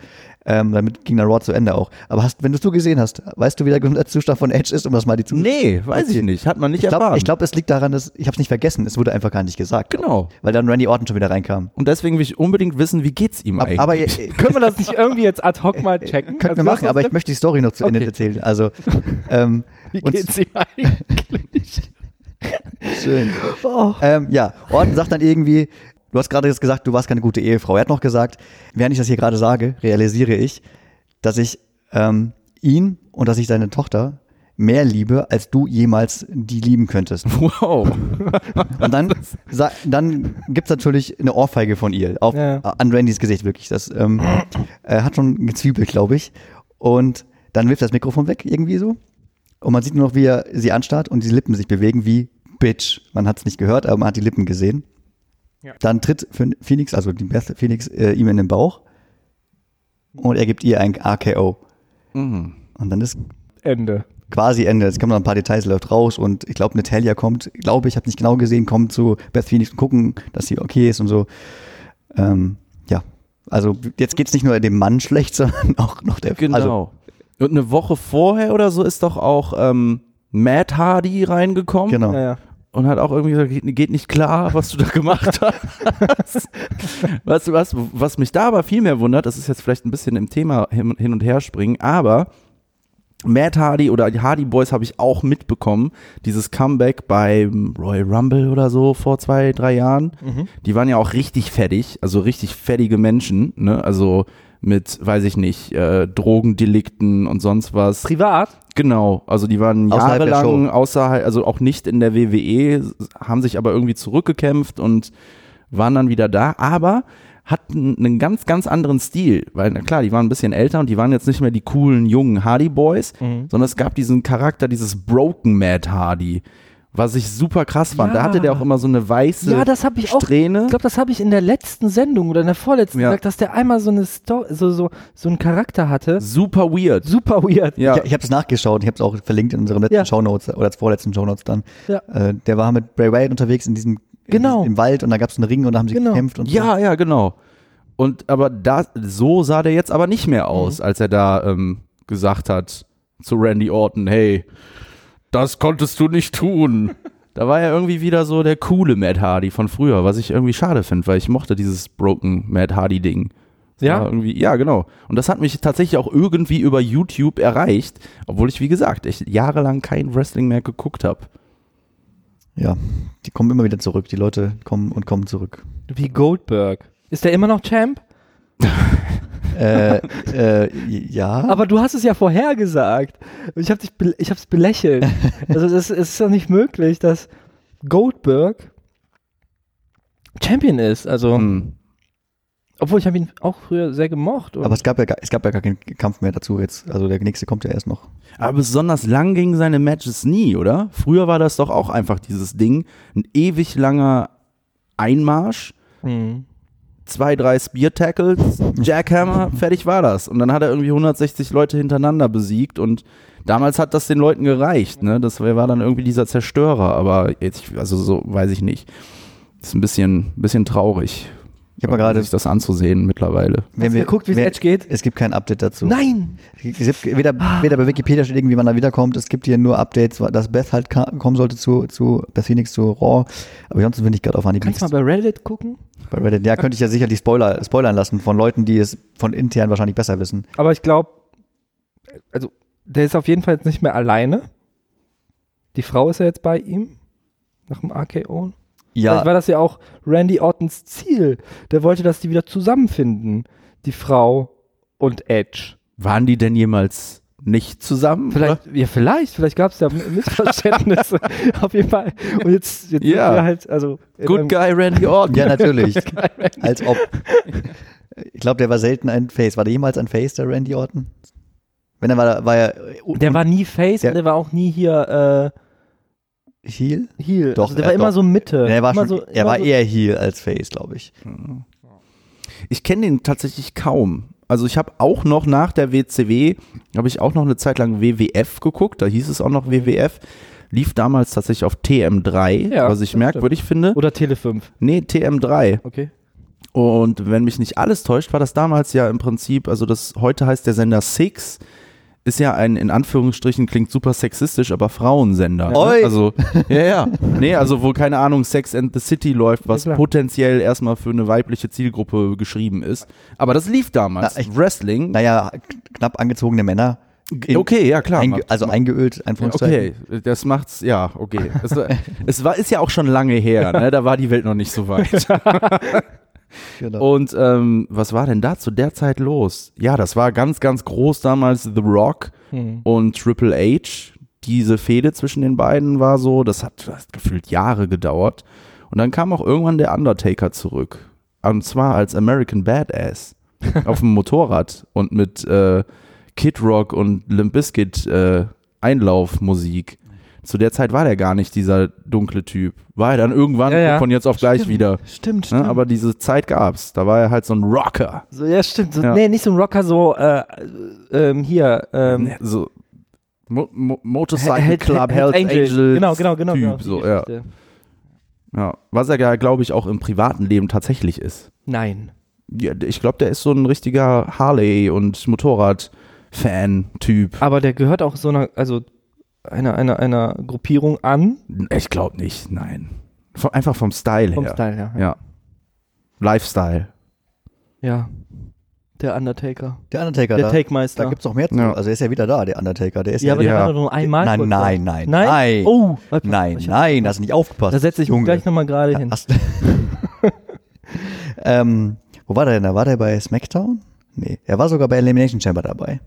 Speaker 2: Ähm, damit ging dann Raw zu Ende auch. Aber hast, wenn du es du gesehen hast, weißt du, wie der Gesundheitszustand von Edge ist, um das mal die zu
Speaker 3: Nee, weiß ich nicht. Hat man nicht
Speaker 2: Ich glaube,
Speaker 3: erfahren.
Speaker 2: glaub, es liegt daran, dass ich habe es nicht vergessen. Es wurde einfach gar nicht gesagt.
Speaker 3: Genau.
Speaker 2: Weil dann Randy Orton schon wieder reinkam.
Speaker 3: und deswegen will ich unbedingt wissen, wie geht's ihm
Speaker 2: Ab-
Speaker 3: eigentlich?
Speaker 2: Aber äh, ihr-
Speaker 1: Können wir das nicht irgendwie jetzt ad hoc mal checken?
Speaker 2: Könnten wir
Speaker 1: Also,
Speaker 2: machen,
Speaker 1: das
Speaker 2: aber ich
Speaker 1: ist-
Speaker 2: möchte die Story noch zu Ende erzählen. Also, ähm,
Speaker 1: Wie
Speaker 2: und-
Speaker 1: geht's ihm eigentlich?
Speaker 2: Schön.
Speaker 1: Oh.
Speaker 2: Ähm, ja, Orton sagt dann irgendwie, du hast gerade jetzt gesagt, du warst keine gute Ehefrau. Er hat noch gesagt, während ich das hier gerade sage, realisiere ich, dass ich ähm, ihn und dass ich seine Tochter mehr liebe, als du jemals die lieben könntest.
Speaker 3: wow.
Speaker 2: Und dann, sa- dann gibt's natürlich eine Ohrfeige von ihr auf,
Speaker 1: Ja.
Speaker 2: äh, an Randys Gesicht, wirklich. Das ähm, äh, hat schon gezwiebelt, glaube ich. Und Dann wirft er das Mikrofon weg, irgendwie so. Und man sieht nur noch, wie er sie anstarrt und die Lippen sich bewegen wie Bitch. Man hat es nicht gehört, aber man hat die Lippen gesehen.
Speaker 1: Ja.
Speaker 2: Dann tritt Ph- Phoenix, also die beste Phoenix, äh, ihm in den Bauch. Und er gibt ihr ein RKO. Und dann ist
Speaker 1: Ende.
Speaker 2: quasi Ende. Jetzt kommen noch ein paar Details, läuft raus und ich glaube, Natalia kommt, glaube ich, habe nicht genau gesehen, kommt zu Beth Phoenix und gucken, dass sie okay ist und so. Ähm, ja, also jetzt geht's nicht nur dem Mann schlecht, sondern auch noch der
Speaker 3: Genau.
Speaker 2: Also,
Speaker 3: Und eine Woche vorher oder so ist doch auch ähm, Matt Hardy reingekommen
Speaker 2: genau.
Speaker 1: Ja, ja.
Speaker 3: und hat auch irgendwie gesagt, geht, geht nicht klar, was du da gemacht hast. was, was, was mich da aber viel mehr wundert, das ist jetzt vielleicht ein bisschen im Thema hin, hin und her springen, aber Matt Hardy oder die Hardy Boys habe ich auch mitbekommen, dieses Comeback beim Royal Rumble oder so vor zwei, drei Jahren. Die waren ja auch richtig fettig, also richtig fettige Menschen, ne? Also mit, weiß ich nicht, äh, Drogendelikten und sonst was.
Speaker 1: Privat?
Speaker 3: Genau, also die waren
Speaker 2: Außerhalb der
Speaker 3: jahrelang außerhalb, also auch nicht in der WWE, s- haben sich aber irgendwie zurückgekämpft und waren dann wieder da, aber hatten einen ganz, ganz anderen Stil, weil na klar, die waren ein bisschen älter und die waren jetzt nicht mehr die coolen jungen Hardy Boys,
Speaker 1: Mhm.
Speaker 3: sondern es gab diesen Charakter, dieses Broken Mad Hardy, was ich super krass fand. Da
Speaker 1: Ja.
Speaker 3: hatte der auch immer so eine weiße
Speaker 1: Ja, das habe ich auch.
Speaker 3: Strähne.
Speaker 1: Ich glaube, das habe ich in der letzten Sendung oder in der vorletzten
Speaker 3: Ja.
Speaker 1: gesagt, dass der einmal so, eine Sto so, so, so einen Charakter hatte.
Speaker 3: super weird.
Speaker 1: Super weird.
Speaker 3: Ja.
Speaker 2: Ich, ich habe es nachgeschaut, ich habe es auch verlinkt in unseren letzten
Speaker 1: Ja.
Speaker 2: Shownotes oder vorletzten Shownotes dann.
Speaker 1: Ja.
Speaker 2: Äh, der war mit Bray Wyatt unterwegs in diesem
Speaker 1: Genau.
Speaker 2: in diesem, im Wald und da gab es einen Ring und da haben sie
Speaker 1: Genau.
Speaker 2: gekämpft und
Speaker 3: Ja, ja, genau. Und aber da, so sah der jetzt aber nicht mehr aus, als er da ähm, gesagt hat zu Randy Orton, hey, das konntest du nicht tun. da war ja irgendwie wieder so der coole Matt Hardy von früher, was ich irgendwie schade finde, weil ich mochte dieses Broken Matt Hardy Ding. Das
Speaker 1: Ja?
Speaker 3: war irgendwie, ja, genau. Und das hat mich tatsächlich auch irgendwie über YouTube erreicht, obwohl ich, wie gesagt, echt jahrelang kein Wrestling mehr geguckt habe.
Speaker 2: so. Ja, die kommen immer wieder zurück, die Leute kommen und kommen zurück.
Speaker 1: Wie Goldberg. Ist der immer noch Champ?
Speaker 2: äh, äh, ja.
Speaker 1: Aber du hast es ja vorhergesagt. Ich habe dich, be ich hab's belächelt. Also es, ist- es ist doch nicht möglich, dass Goldberg Champion ist. Also,
Speaker 3: Hm.
Speaker 1: obwohl ich habe ihn auch früher sehr gemocht. Und
Speaker 2: Aber es gab, ja, gar- es gab ja gar keinen Kampf mehr dazu jetzt. Also der nächste kommt ja erst noch.
Speaker 3: Aber besonders lang gingen seine Matches nie, oder? Früher war das doch auch einfach dieses Ding. Ein ewig langer Einmarsch,
Speaker 1: Hm.
Speaker 2: Mhm.
Speaker 3: zwei, drei Spear-Tackles, Jackhammer, fertig war das. Und dann hat er irgendwie 160 Leute hintereinander besiegt und damals hat das den Leuten gereicht, ne? Das war dann irgendwie dieser Zerstörer, aber jetzt, also so, weiß ich nicht. Ist ein bisschen, bisschen traurig,
Speaker 2: Ich habe mal gerade,
Speaker 3: sich das anzusehen mittlerweile.
Speaker 2: wenn
Speaker 1: du geguckt, wie's
Speaker 2: wer-
Speaker 1: Edge geht?
Speaker 2: Es gibt kein Update dazu.
Speaker 1: Nein!
Speaker 2: Es gibt weder, weder bei Wikipedia steht irgendwie, wann er wiederkommt. Es gibt hier nur Updates, dass Beth halt ka- kommen sollte zu, zu Beth Phoenix zu Raw. Aber sonst bin ich gerade auf Anhieb
Speaker 1: Kannst du
Speaker 2: nichts
Speaker 1: mal bei Reddit gucken?
Speaker 2: bei Reddit. Ja, könnte ich ja sicherlich Spoiler, spoilern lassen von Leuten, die es von intern wahrscheinlich besser wissen.
Speaker 1: Aber ich glaube, also der ist auf jeden Fall jetzt nicht mehr alleine. Die Frau ist ja jetzt bei ihm. Nach dem AKO. Vielleicht war
Speaker 2: Ja,
Speaker 1: das ja auch Randy Ortons Ziel. Der wollte, dass die wieder zusammenfinden. Die Frau und Edge.
Speaker 3: Waren die denn jemals nicht zusammen?
Speaker 1: Vielleicht, ja, vielleicht, vielleicht gab es ja M- Missverständnisse. Auf jeden Fall. Und jetzt, jetzt
Speaker 3: Ja.
Speaker 1: sind wir halt, also. in einem-
Speaker 3: Good Guy Randy Orton.
Speaker 2: oh, ja natürlich. Als ob. Ich glaube, der war selten ein Face. War der jemals ein Face, der Randy Orton? Wenn er war, war er
Speaker 1: Der war nie Face
Speaker 2: Der-
Speaker 1: und der war auch nie hier äh,
Speaker 2: Heel?
Speaker 1: Heel.
Speaker 2: Doch,
Speaker 1: also der
Speaker 2: er-
Speaker 1: war immer
Speaker 2: doch.
Speaker 1: so Mitte.
Speaker 2: Er war,
Speaker 1: immer
Speaker 2: schon, e-,
Speaker 1: so,
Speaker 2: er
Speaker 1: immer
Speaker 2: war
Speaker 1: so,
Speaker 2: eher Heel als Face, glaube ich.
Speaker 3: Ich kenne den tatsächlich kaum. Also ich habe auch noch nach der WCW, habe ich auch noch eine Zeit lang WWF geguckt, da hieß es auch noch WWF, lief damals tatsächlich auf TM3,
Speaker 1: Ja,
Speaker 3: was ich
Speaker 1: das
Speaker 3: merkwürdig finde.
Speaker 1: Oder Tele 5.
Speaker 3: Nee, TM3.
Speaker 1: Okay.
Speaker 3: Und wenn mich nicht alles täuscht, war das damals ja im Prinzip, also das heute heißt der Sender Six, ist ja ein, in Anführungsstrichen, klingt super sexistisch, aber Frauensender. ne?
Speaker 2: Oi.
Speaker 3: Also, ja, ja. Nee, also wo, keine Ahnung, Sex and the City läuft, was
Speaker 1: Ja, klar.
Speaker 3: potenziell erstmal für eine weibliche Zielgruppe geschrieben ist. Aber das lief damals.
Speaker 2: Na, ich-
Speaker 3: Wrestling.
Speaker 2: Naja, knapp angezogene Männer. In-
Speaker 3: okay, ja, klar.
Speaker 2: Einge also eingeölt,
Speaker 3: Okay,
Speaker 2: Anführungszeichen.
Speaker 3: das macht's, ja, okay. Es, war- es war, ist ja auch schon lange her, ne? da war die Welt noch nicht so weit.
Speaker 2: Genau.
Speaker 3: Und ähm, was war denn da zu der Zeit los? Ja, das war ganz, ganz groß damals The Rock und Triple H. Diese Fehde zwischen den beiden war so, das hat, das hat gefühlt Jahre gedauert. Und dann kam auch irgendwann der Undertaker zurück. Und zwar als American Badass. auf dem Motorrad und mit äh, Kid Rock und Limp Bizkit äh, Einlaufmusik. Zu der Zeit war der gar nicht dieser dunkle Typ. War er dann irgendwann
Speaker 1: Ja, ja.
Speaker 3: von jetzt auf gleich
Speaker 1: Stimmt,
Speaker 3: wieder.
Speaker 1: Stimmt,
Speaker 3: Ne?
Speaker 1: stimmt.
Speaker 3: Aber diese Zeit gab's. Da war er halt so ein Rocker.
Speaker 1: so, ja, stimmt. So,
Speaker 3: Ja.
Speaker 1: Nee, nicht so ein Rocker, so äh, ähm, hier. Ähm,
Speaker 3: Ne, So Mo Mo Motorcycle
Speaker 1: Hell-
Speaker 3: Club,
Speaker 1: Hell-
Speaker 3: Hells Angels.
Speaker 1: Genau, genau, genau.
Speaker 3: Typ,
Speaker 1: genau.
Speaker 3: so,
Speaker 1: Die
Speaker 3: ja.
Speaker 1: Geschichte.
Speaker 3: Ja, was er ja, glaube ich, auch im privaten Leben tatsächlich ist.
Speaker 1: Nein.
Speaker 3: Ja, ich glaube, der ist so ein richtiger Harley- und Motorrad-Fan-Typ.
Speaker 1: Aber der gehört auch so einer, also einer, einer, einer Gruppierung an.
Speaker 3: Ich glaube nicht, nein. Von, einfach vom Style
Speaker 1: Vom
Speaker 3: her.
Speaker 1: Style her.
Speaker 3: Ja. Lifestyle.
Speaker 1: Ja. Der Undertaker.
Speaker 2: Der Undertaker,
Speaker 1: Der
Speaker 2: da,
Speaker 1: Take-Meister.
Speaker 2: da gibt's noch mehr zu.
Speaker 3: Ja.
Speaker 2: Also er ist ja wieder da, der Undertaker. Der ist
Speaker 1: ja,
Speaker 2: ja,
Speaker 1: aber der
Speaker 3: ja.
Speaker 1: war doch nur einmal.
Speaker 2: Nein,
Speaker 1: kurz
Speaker 2: nein,
Speaker 1: da.
Speaker 2: nein,
Speaker 1: nein.
Speaker 2: nein.
Speaker 1: Oh, warte,
Speaker 2: Nein,
Speaker 1: ich hab-
Speaker 2: nein, da hast du nicht aufgepasst.
Speaker 1: Da setze ich
Speaker 2: Junge.
Speaker 1: Junge. gleich nochmal gerade hin.
Speaker 2: Hast, ähm, wo war der denn da? War der bei SmackDown? Nee, er war sogar bei Elimination Chamber dabei.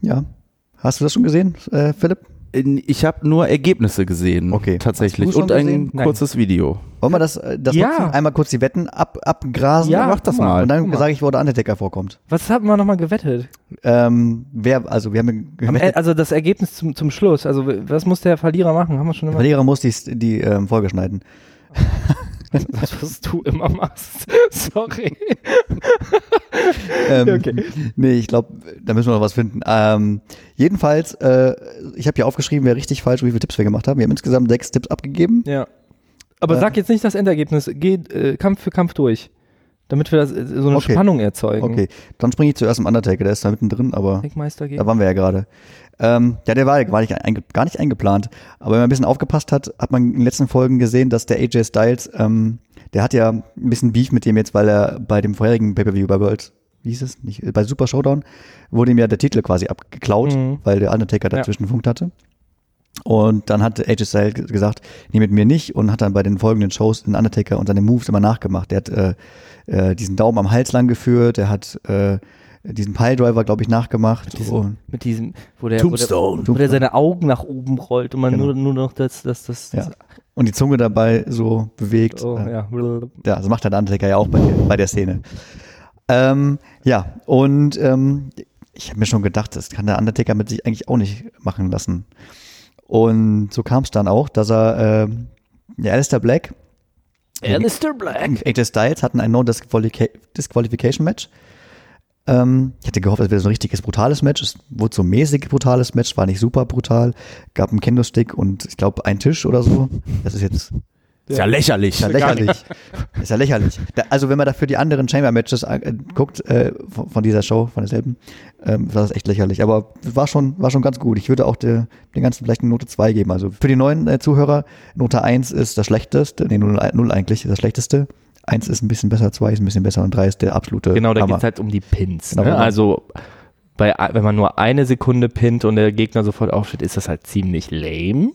Speaker 2: Ja. Hast du das schon gesehen, äh, Philipp?
Speaker 3: In- Ich habe nur Ergebnisse gesehen.
Speaker 2: Okay.
Speaker 3: Tatsächlich.
Speaker 2: Hast du
Speaker 3: Und
Speaker 2: schon
Speaker 3: ein
Speaker 2: gesehen?
Speaker 1: Nein.
Speaker 3: kurzes Video.
Speaker 2: Wollen wir das, äh, das
Speaker 1: Ja.
Speaker 2: trotzdem einmal kurz die Wetten ab, abgrasen?
Speaker 1: Ja,
Speaker 3: mach das
Speaker 1: guck
Speaker 3: mal.
Speaker 2: Und dann
Speaker 1: guck mal.
Speaker 2: sage ich, wo der Undertaker vorkommt.
Speaker 1: Was haben wir nochmal gewettet?
Speaker 2: Ähm, wer, also wir haben
Speaker 1: Am E-
Speaker 2: gewettet,
Speaker 1: Also das Ergebnis zum, zum Schluss. Also w- was muss der Verlierer machen? Haben wir schon
Speaker 2: der
Speaker 1: immer.
Speaker 2: Verlierer muss die, die ähm, Folge schneiden.
Speaker 1: Das, was du immer machst. Sorry.
Speaker 2: Ähm,
Speaker 1: Okay.
Speaker 2: Nee, ich glaube, da müssen wir noch was finden. Ähm, jedenfalls, äh, ich habe hier aufgeschrieben, wer richtig, falsch und wie viele Tipps wir gemacht haben. Wir haben insgesamt sechs Tipps abgegeben.
Speaker 1: Ja. Aber
Speaker 2: Äh.
Speaker 1: sag jetzt nicht das Endergebnis. Geh äh, Kampf für Kampf durch. Damit wir das, äh, so eine
Speaker 2: Okay.
Speaker 1: Spannung erzeugen.
Speaker 2: Okay, dann springe ich zuerst im Undertaker, der ist da mittendrin, aber
Speaker 1: Denkmeister
Speaker 2: da
Speaker 1: gegen.
Speaker 2: waren wir ja gerade. Ähm, ja, der war, war nicht, einge, gar nicht eingeplant, aber wenn man ein bisschen aufgepasst hat, hat man in den letzten Folgen gesehen, dass der AJ Styles, ähm, der hat ja ein bisschen Beef mit dem jetzt, weil er bei dem vorherigen Pay-Per-View bei World, wie hieß es, nicht, bei Super Showdown, wurde ihm ja der Titel quasi abgeklaut,
Speaker 1: Mhm.
Speaker 2: weil der Undertaker
Speaker 1: Ja.
Speaker 2: dazwischen funkt hatte. Und dann hat AJ Styles g- gesagt, nee, mit mir nicht und hat dann bei den folgenden Shows den Undertaker und seine Moves immer nachgemacht. Der hat äh, äh, diesen Daumen am Hals lang geführt, der hat äh, diesen Piledriver, glaube ich, nachgemacht. Und-
Speaker 1: Mit diesem, wo der,
Speaker 3: Tombstone.
Speaker 1: Wo der, wo der seine Augen nach oben rollt und man
Speaker 2: Genau.
Speaker 1: nur, nur noch das, das, das,
Speaker 2: Ja.
Speaker 1: das
Speaker 2: Also, Und die Zunge dabei so bewegt.
Speaker 1: oh,
Speaker 2: Äh,
Speaker 1: ja.
Speaker 2: ja, das macht der Undertaker ja auch bei, bei der Szene. Ähm, ja, und ähm, ich habe mir schon gedacht, das kann der Undertaker mit sich eigentlich auch nicht machen lassen. Und so kam es dann auch, dass er, ähm, ja, Alistair Black
Speaker 1: Alistair Black.
Speaker 2: und AJ Styles hatten ein No-Disqualification-Match. Ähm, ich hatte gehofft, es wäre so ein richtiges brutales Match. Es wurde so ein mäßig brutales Match, war nicht super brutal. Gab einen Kendo-Stick und ich glaube einen Tisch oder so. Das ist jetzt
Speaker 3: Ist ja lächerlich.
Speaker 2: ist ja lächerlich. Ist ja lächerlich. Da, also wenn man dafür die anderen Chamber-Matches äh, guckt, äh, von, von dieser Show, von derselben, ähm, war das echt lächerlich. Aber war schon, war schon ganz gut. Ich würde auch de, den ganzen vielleicht eine Note 2 geben. Also für die neuen äh, Zuhörer, Note 1 ist das Schlechteste, nee, 0, eigentlich ist das Schlechteste. 1 ist ein bisschen besser, 2 ist ein bisschen besser und 3 ist der absolute
Speaker 1: Genau, da
Speaker 2: Hammer.
Speaker 1: geht es halt um die Pins.
Speaker 2: Äh, Genau,
Speaker 1: ne?
Speaker 2: genau.
Speaker 1: Also bei, ein- wenn man nur eine Sekunde pinnt und der Gegner sofort aufsteht, ist das halt ziemlich lame.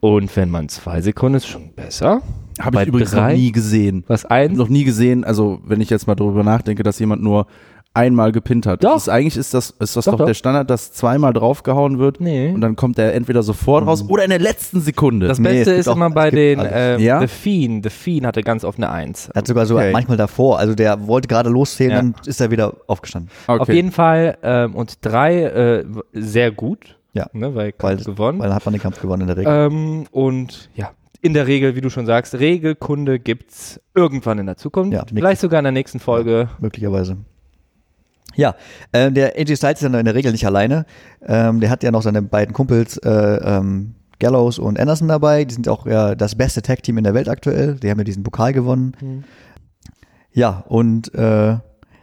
Speaker 1: Und wenn man zwei Sekunden ist, schon besser.
Speaker 3: Habe
Speaker 1: Bei
Speaker 3: ich übrigens
Speaker 1: drei-
Speaker 3: noch nie gesehen.
Speaker 1: Was eins?
Speaker 3: Noch nie gesehen, also wenn ich jetzt mal drüber nachdenke, dass jemand nur einmal gepinnt hat.
Speaker 1: Doch.
Speaker 3: Das ist, eigentlich ist das, ist das
Speaker 1: Doch,
Speaker 3: doch,
Speaker 1: doch.
Speaker 3: der Standard, dass zweimal draufgehauen wird
Speaker 1: Nee. Mhm.
Speaker 3: und dann kommt er entweder sofort raus oder in der letzten Sekunde.
Speaker 1: Das
Speaker 2: Nee,
Speaker 1: Beste
Speaker 2: es gibt
Speaker 1: ist
Speaker 2: auch-
Speaker 1: immer
Speaker 2: es
Speaker 1: bei
Speaker 2: gibt
Speaker 1: den
Speaker 2: alles. Ah,
Speaker 1: ähm,
Speaker 3: Ja?
Speaker 1: The Fiend. The Fiend hatte ganz oft eine Eins.
Speaker 2: Er hat sogar so
Speaker 3: Okay.
Speaker 2: manchmal davor, also der wollte gerade loszählen,
Speaker 1: Ja.
Speaker 2: dann ist er wieder aufgestanden.
Speaker 3: okay.
Speaker 1: Auf jeden Fall ähm, und drei äh, w- sehr gut,
Speaker 2: Ja.
Speaker 1: ne, weil,
Speaker 2: Weil,
Speaker 1: gewonnen.
Speaker 2: weil dann hat man den Kampf gewonnen in der Regel.
Speaker 1: Ähm, und ja, in der Regel, wie du schon sagst, Regelkunde gibt's irgendwann in der Zukunft.
Speaker 2: Ja,
Speaker 1: vielleicht sogar in der nächsten Folge.
Speaker 2: möglicherweise. Ja, ähm, der AJ Styles ist ja in der Regel nicht alleine. Ähm, der hat ja noch seine beiden Kumpels äh, ähm, Gallows und Anderson dabei. Die sind auch äh, das beste Tag-Team in der Welt aktuell. Die haben ja diesen Pokal gewonnen. Ja, und äh,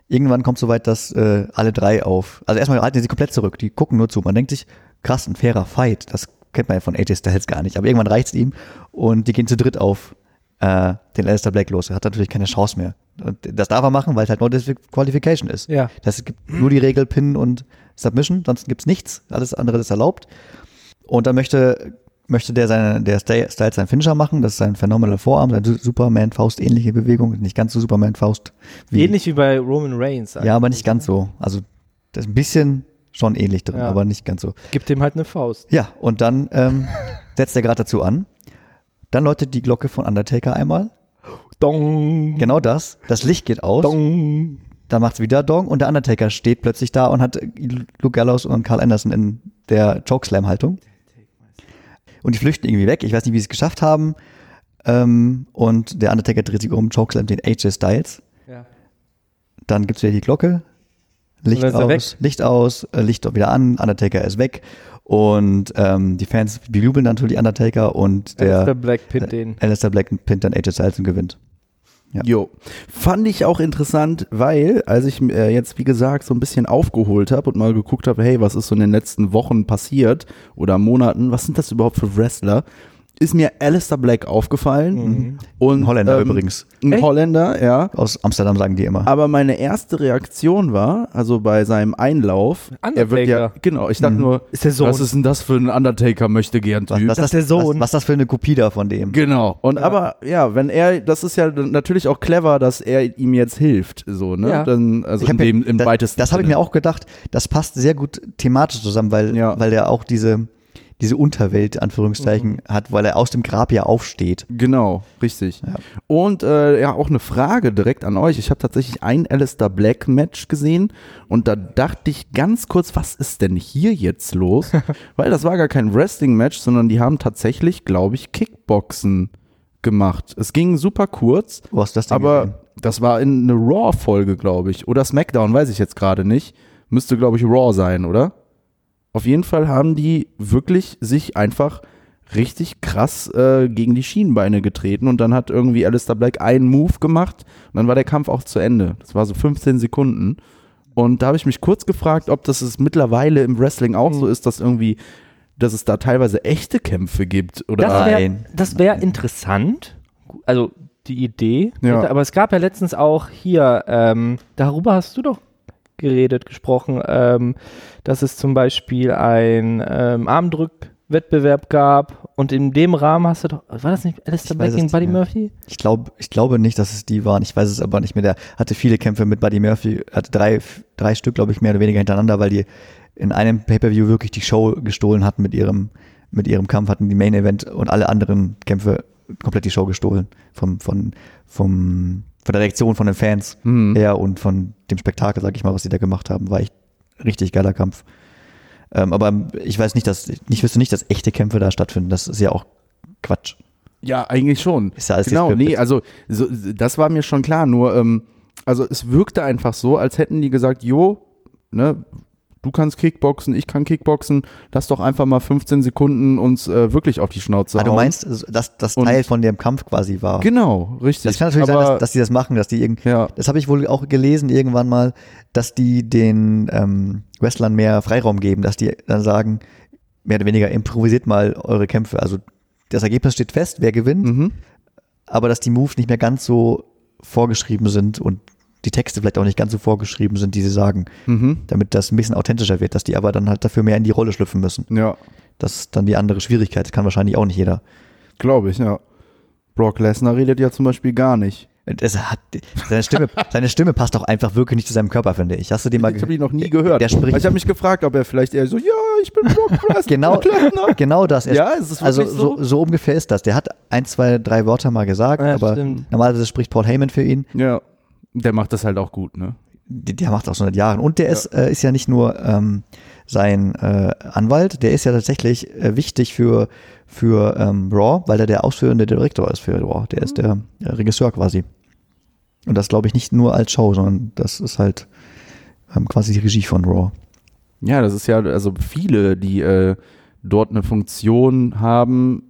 Speaker 2: irgendwann kommt es soweit, dass äh, alle drei auf. Also erstmal halten sie komplett zurück. Die gucken nur zu. Man denkt sich, krass, ein fairer Fight. Das kennt man ja von AJ Styles gar nicht. Aber irgendwann reicht's ihm und die gehen zu dritt auf äh, den Alistair Black los. Er hat natürlich keine Chance mehr. Und das darf er machen, weil es halt nur Disqualification ist.
Speaker 1: Ja.
Speaker 2: Das gibt nur die Regel Pin und Submission, sonst gibt's nichts. Alles andere ist erlaubt. Und dann möchte, möchte der, seine, der Sta- Styles seinen Finisher machen. Das ist sein Phenomenal Vorarm, seine Su- Superman-Faust-ähnliche Bewegung. Nicht ganz so Superman-Faust wie.
Speaker 1: Ähnlich wie bei Roman Reigns.
Speaker 2: Hm. Ja, aber nicht ganz so. Also, das ist ein bisschen schon ähnlich drin,
Speaker 1: Ja.
Speaker 2: aber nicht ganz so.
Speaker 1: Gibt ihm halt eine Faust.
Speaker 2: Ja, und dann ähm, setzt er gerade dazu an. Dann läutet die Glocke von Undertaker einmal.
Speaker 1: Dong.
Speaker 2: Genau das. Das Licht geht aus.
Speaker 1: Dong.
Speaker 2: Dann macht's wieder Dong und der Undertaker steht plötzlich da und hat Luke Gallows und Carl Anderson in der Chokeslam-Haltung. Und die flüchten irgendwie weg. Ich weiß nicht, wie sie es geschafft haben. Ähm, und der Undertaker dreht sich um, Chokeslam den AJ Styles.
Speaker 1: Ja.
Speaker 2: Dann gibt's wieder die Glocke. Licht
Speaker 1: dann ist er
Speaker 2: aus, Licht aus, äh, Licht wieder an, Undertaker ist weg. Und ähm, die Fans bejubeln natürlich Undertaker und der
Speaker 1: Alistair Black pinnt den.
Speaker 2: Alistair Black pinnt dann AJ Styles und gewinnt. Ja.
Speaker 3: Jo. Fand ich auch interessant, weil, als ich äh, jetzt, wie gesagt, so ein bisschen aufgeholt habe und mal geguckt habe, hey, was ist so in den letzten Wochen passiert oder Monaten, was sind das überhaupt für Wrestler, ist mir Alistair Black aufgefallen. Und,
Speaker 2: Ein Holländer
Speaker 3: ähm,
Speaker 2: übrigens.
Speaker 3: Ein
Speaker 1: Mhm. Echt?
Speaker 3: Holländer, ja.
Speaker 2: Aus Amsterdam sagen die immer.
Speaker 3: Aber meine erste Reaktion war, also bei seinem Einlauf, er wird ja,
Speaker 1: Undertaker.
Speaker 3: genau, ich dachte
Speaker 2: Mhm.
Speaker 3: nur,
Speaker 1: Ist der Sohn.
Speaker 3: was ist denn das für ein Undertaker möchte gern Typ?
Speaker 1: das ist der Sohn.
Speaker 2: Was, was das für eine Kopie da von dem?
Speaker 3: Genau. Und aber ja, wenn er, das ist ja dann natürlich auch clever, dass er ihm jetzt hilft, so ne?
Speaker 1: Ja.
Speaker 3: Dann also
Speaker 2: Ich
Speaker 3: in
Speaker 2: hab mir-
Speaker 3: dem im
Speaker 2: das,
Speaker 3: weitesten.
Speaker 2: Das habe ich
Speaker 3: Sinne.
Speaker 2: mir auch gedacht. Das passt sehr gut thematisch zusammen, weil
Speaker 3: Ja.
Speaker 2: weil er auch diese diese Unterwelt Anführungszeichen
Speaker 3: Mhm.
Speaker 2: hat, weil er aus dem Grab ja aufsteht.
Speaker 3: Genau, richtig.
Speaker 2: Ja.
Speaker 3: Und äh, ja, auch eine Frage direkt an euch. Ich habe tatsächlich ein Alistair Black Match gesehen und da dachte ich ganz kurz, was ist denn hier jetzt los? Weil das war gar kein Wrestling Match, sondern die haben tatsächlich, glaube ich, Kickboxen gemacht. Es ging super kurz.
Speaker 2: Wo hast du das denn gesehen?
Speaker 3: Aber das war in eine Raw-Folge, glaube ich. Oder SmackDown, weiß ich jetzt gerade nicht. Müsste, glaube ich, Raw sein, oder? Auf jeden Fall haben die wirklich sich einfach richtig krass äh, gegen die Schienenbeine getreten und dann hat irgendwie Alistair Black einen Move gemacht und dann war der Kampf auch zu Ende. Das war so 15 Sekunden. Und da habe ich mich kurz gefragt, ob das es mittlerweile im Wrestling
Speaker 1: Hm.
Speaker 3: auch so ist, dass irgendwie, dass es da teilweise echte Kämpfe gibt. Oder
Speaker 1: Das wäre
Speaker 2: Nein.
Speaker 1: das wär interessant. Also die Idee.
Speaker 3: Ja.
Speaker 1: Aber es gab ja letztens auch hier, ähm, darüber hast du doch geredet, gesprochen, ähm, dass es zum Beispiel ein ähm, Armdrückwettbewerb gab und in dem Rahmen hast du doch, war das nicht Alistair
Speaker 2: Ich
Speaker 1: Black
Speaker 2: weiß
Speaker 1: gegen
Speaker 2: es nicht
Speaker 1: Buddy
Speaker 2: mehr.
Speaker 1: Murphy?
Speaker 2: Ich glaube, ich glaube nicht, dass es die waren. Ich weiß es aber nicht mehr. Der hatte viele Kämpfe mit Buddy Murphy, hatte drei, drei Stück, glaube ich, mehr oder weniger hintereinander, weil die in einem Pay-per-View wirklich die Show gestohlen hatten mit ihrem, mit ihrem Kampf, hatten die Main Event und alle anderen Kämpfe komplett die Show gestohlen vom, von, vom, von der Reaktion von den Fans her und von dem Spektakel, sag ich mal, was sie da gemacht haben, war echt richtig geiler Kampf. Ähm, aber ich weiß nicht, dass, ich wüsste nicht, dass echte Kämpfe da stattfinden. Das ist ja auch Quatsch.
Speaker 3: Ja, eigentlich schon.
Speaker 2: Ist ja alles
Speaker 3: genau,
Speaker 2: gescriptet.
Speaker 3: nee, also so, das war mir schon klar, nur ähm, also es wirkte einfach so, als hätten die gesagt, jo, ne, du kannst Kickboxen, ich kann Kickboxen, lass doch einfach mal 15 Sekunden uns äh, wirklich auf die Schnauze
Speaker 2: Ah, du
Speaker 3: hauen.
Speaker 2: meinst, also, dass das
Speaker 3: Und-
Speaker 2: Teil von dem Kampf quasi war?
Speaker 3: Genau, richtig.
Speaker 2: Das kann natürlich
Speaker 3: Aber,
Speaker 2: sein, dass, dass die das machen, dass die irgendwie.
Speaker 3: Ja.
Speaker 2: Das habe ich wohl auch gelesen irgendwann mal, dass die den ähm, Wrestlern mehr Freiraum geben, dass die dann sagen, mehr oder weniger improvisiert mal eure Kämpfe. Also das Ergebnis steht fest, wer gewinnt,
Speaker 3: Mhm.
Speaker 2: aber dass die Moves nicht mehr ganz so vorgeschrieben sind und die Texte vielleicht auch nicht ganz so vorgeschrieben sind, die sie sagen,
Speaker 3: Mhm.
Speaker 2: damit das ein bisschen authentischer wird, dass die aber dann halt dafür mehr in die Rolle schlüpfen müssen.
Speaker 3: Ja,
Speaker 2: Das ist dann die andere Schwierigkeit. Das kann wahrscheinlich auch nicht jeder.
Speaker 3: glaube ich, ja. Brock Lesnar redet ja zum Beispiel gar nicht.
Speaker 2: Das hat, seine, Stimme, seine Stimme passt auch einfach wirklich nicht zu seinem Körper, finde ich. Hast du den mal
Speaker 3: Ich habe ihn noch nie gehört. Also
Speaker 2: Der spricht-
Speaker 3: ich habe mich gefragt, ob er vielleicht eher so, ja, ich bin Brock Lesnar.
Speaker 2: Genau,
Speaker 3: Lesnar.
Speaker 2: genau das. Er-
Speaker 3: Ja, ist es
Speaker 2: also
Speaker 3: wirklich so?
Speaker 2: so, so ungefähr ist das. Der hat ein, zwei, drei Wörter mal gesagt,
Speaker 1: Ja,
Speaker 2: aber
Speaker 1: stimmt.
Speaker 2: normalerweise spricht Paul Heyman für ihn.
Speaker 3: Ja, der macht das halt auch gut, ne?
Speaker 2: Der, der macht auch schon seit Jahren. Und der ist, äh, ist ja nicht nur ähm, sein äh, Anwalt, der ist ja tatsächlich äh, wichtig für, für ähm, Raw, weil er der ausführende Direktor ist für Raw. Der ist
Speaker 3: Mhm.
Speaker 2: der, äh, Regisseur quasi. Und das glaube ich nicht nur als Show, sondern das ist halt ähm, quasi die Regie von Raw.
Speaker 3: Ja, das ist ja, also viele, die äh, dort eine Funktion haben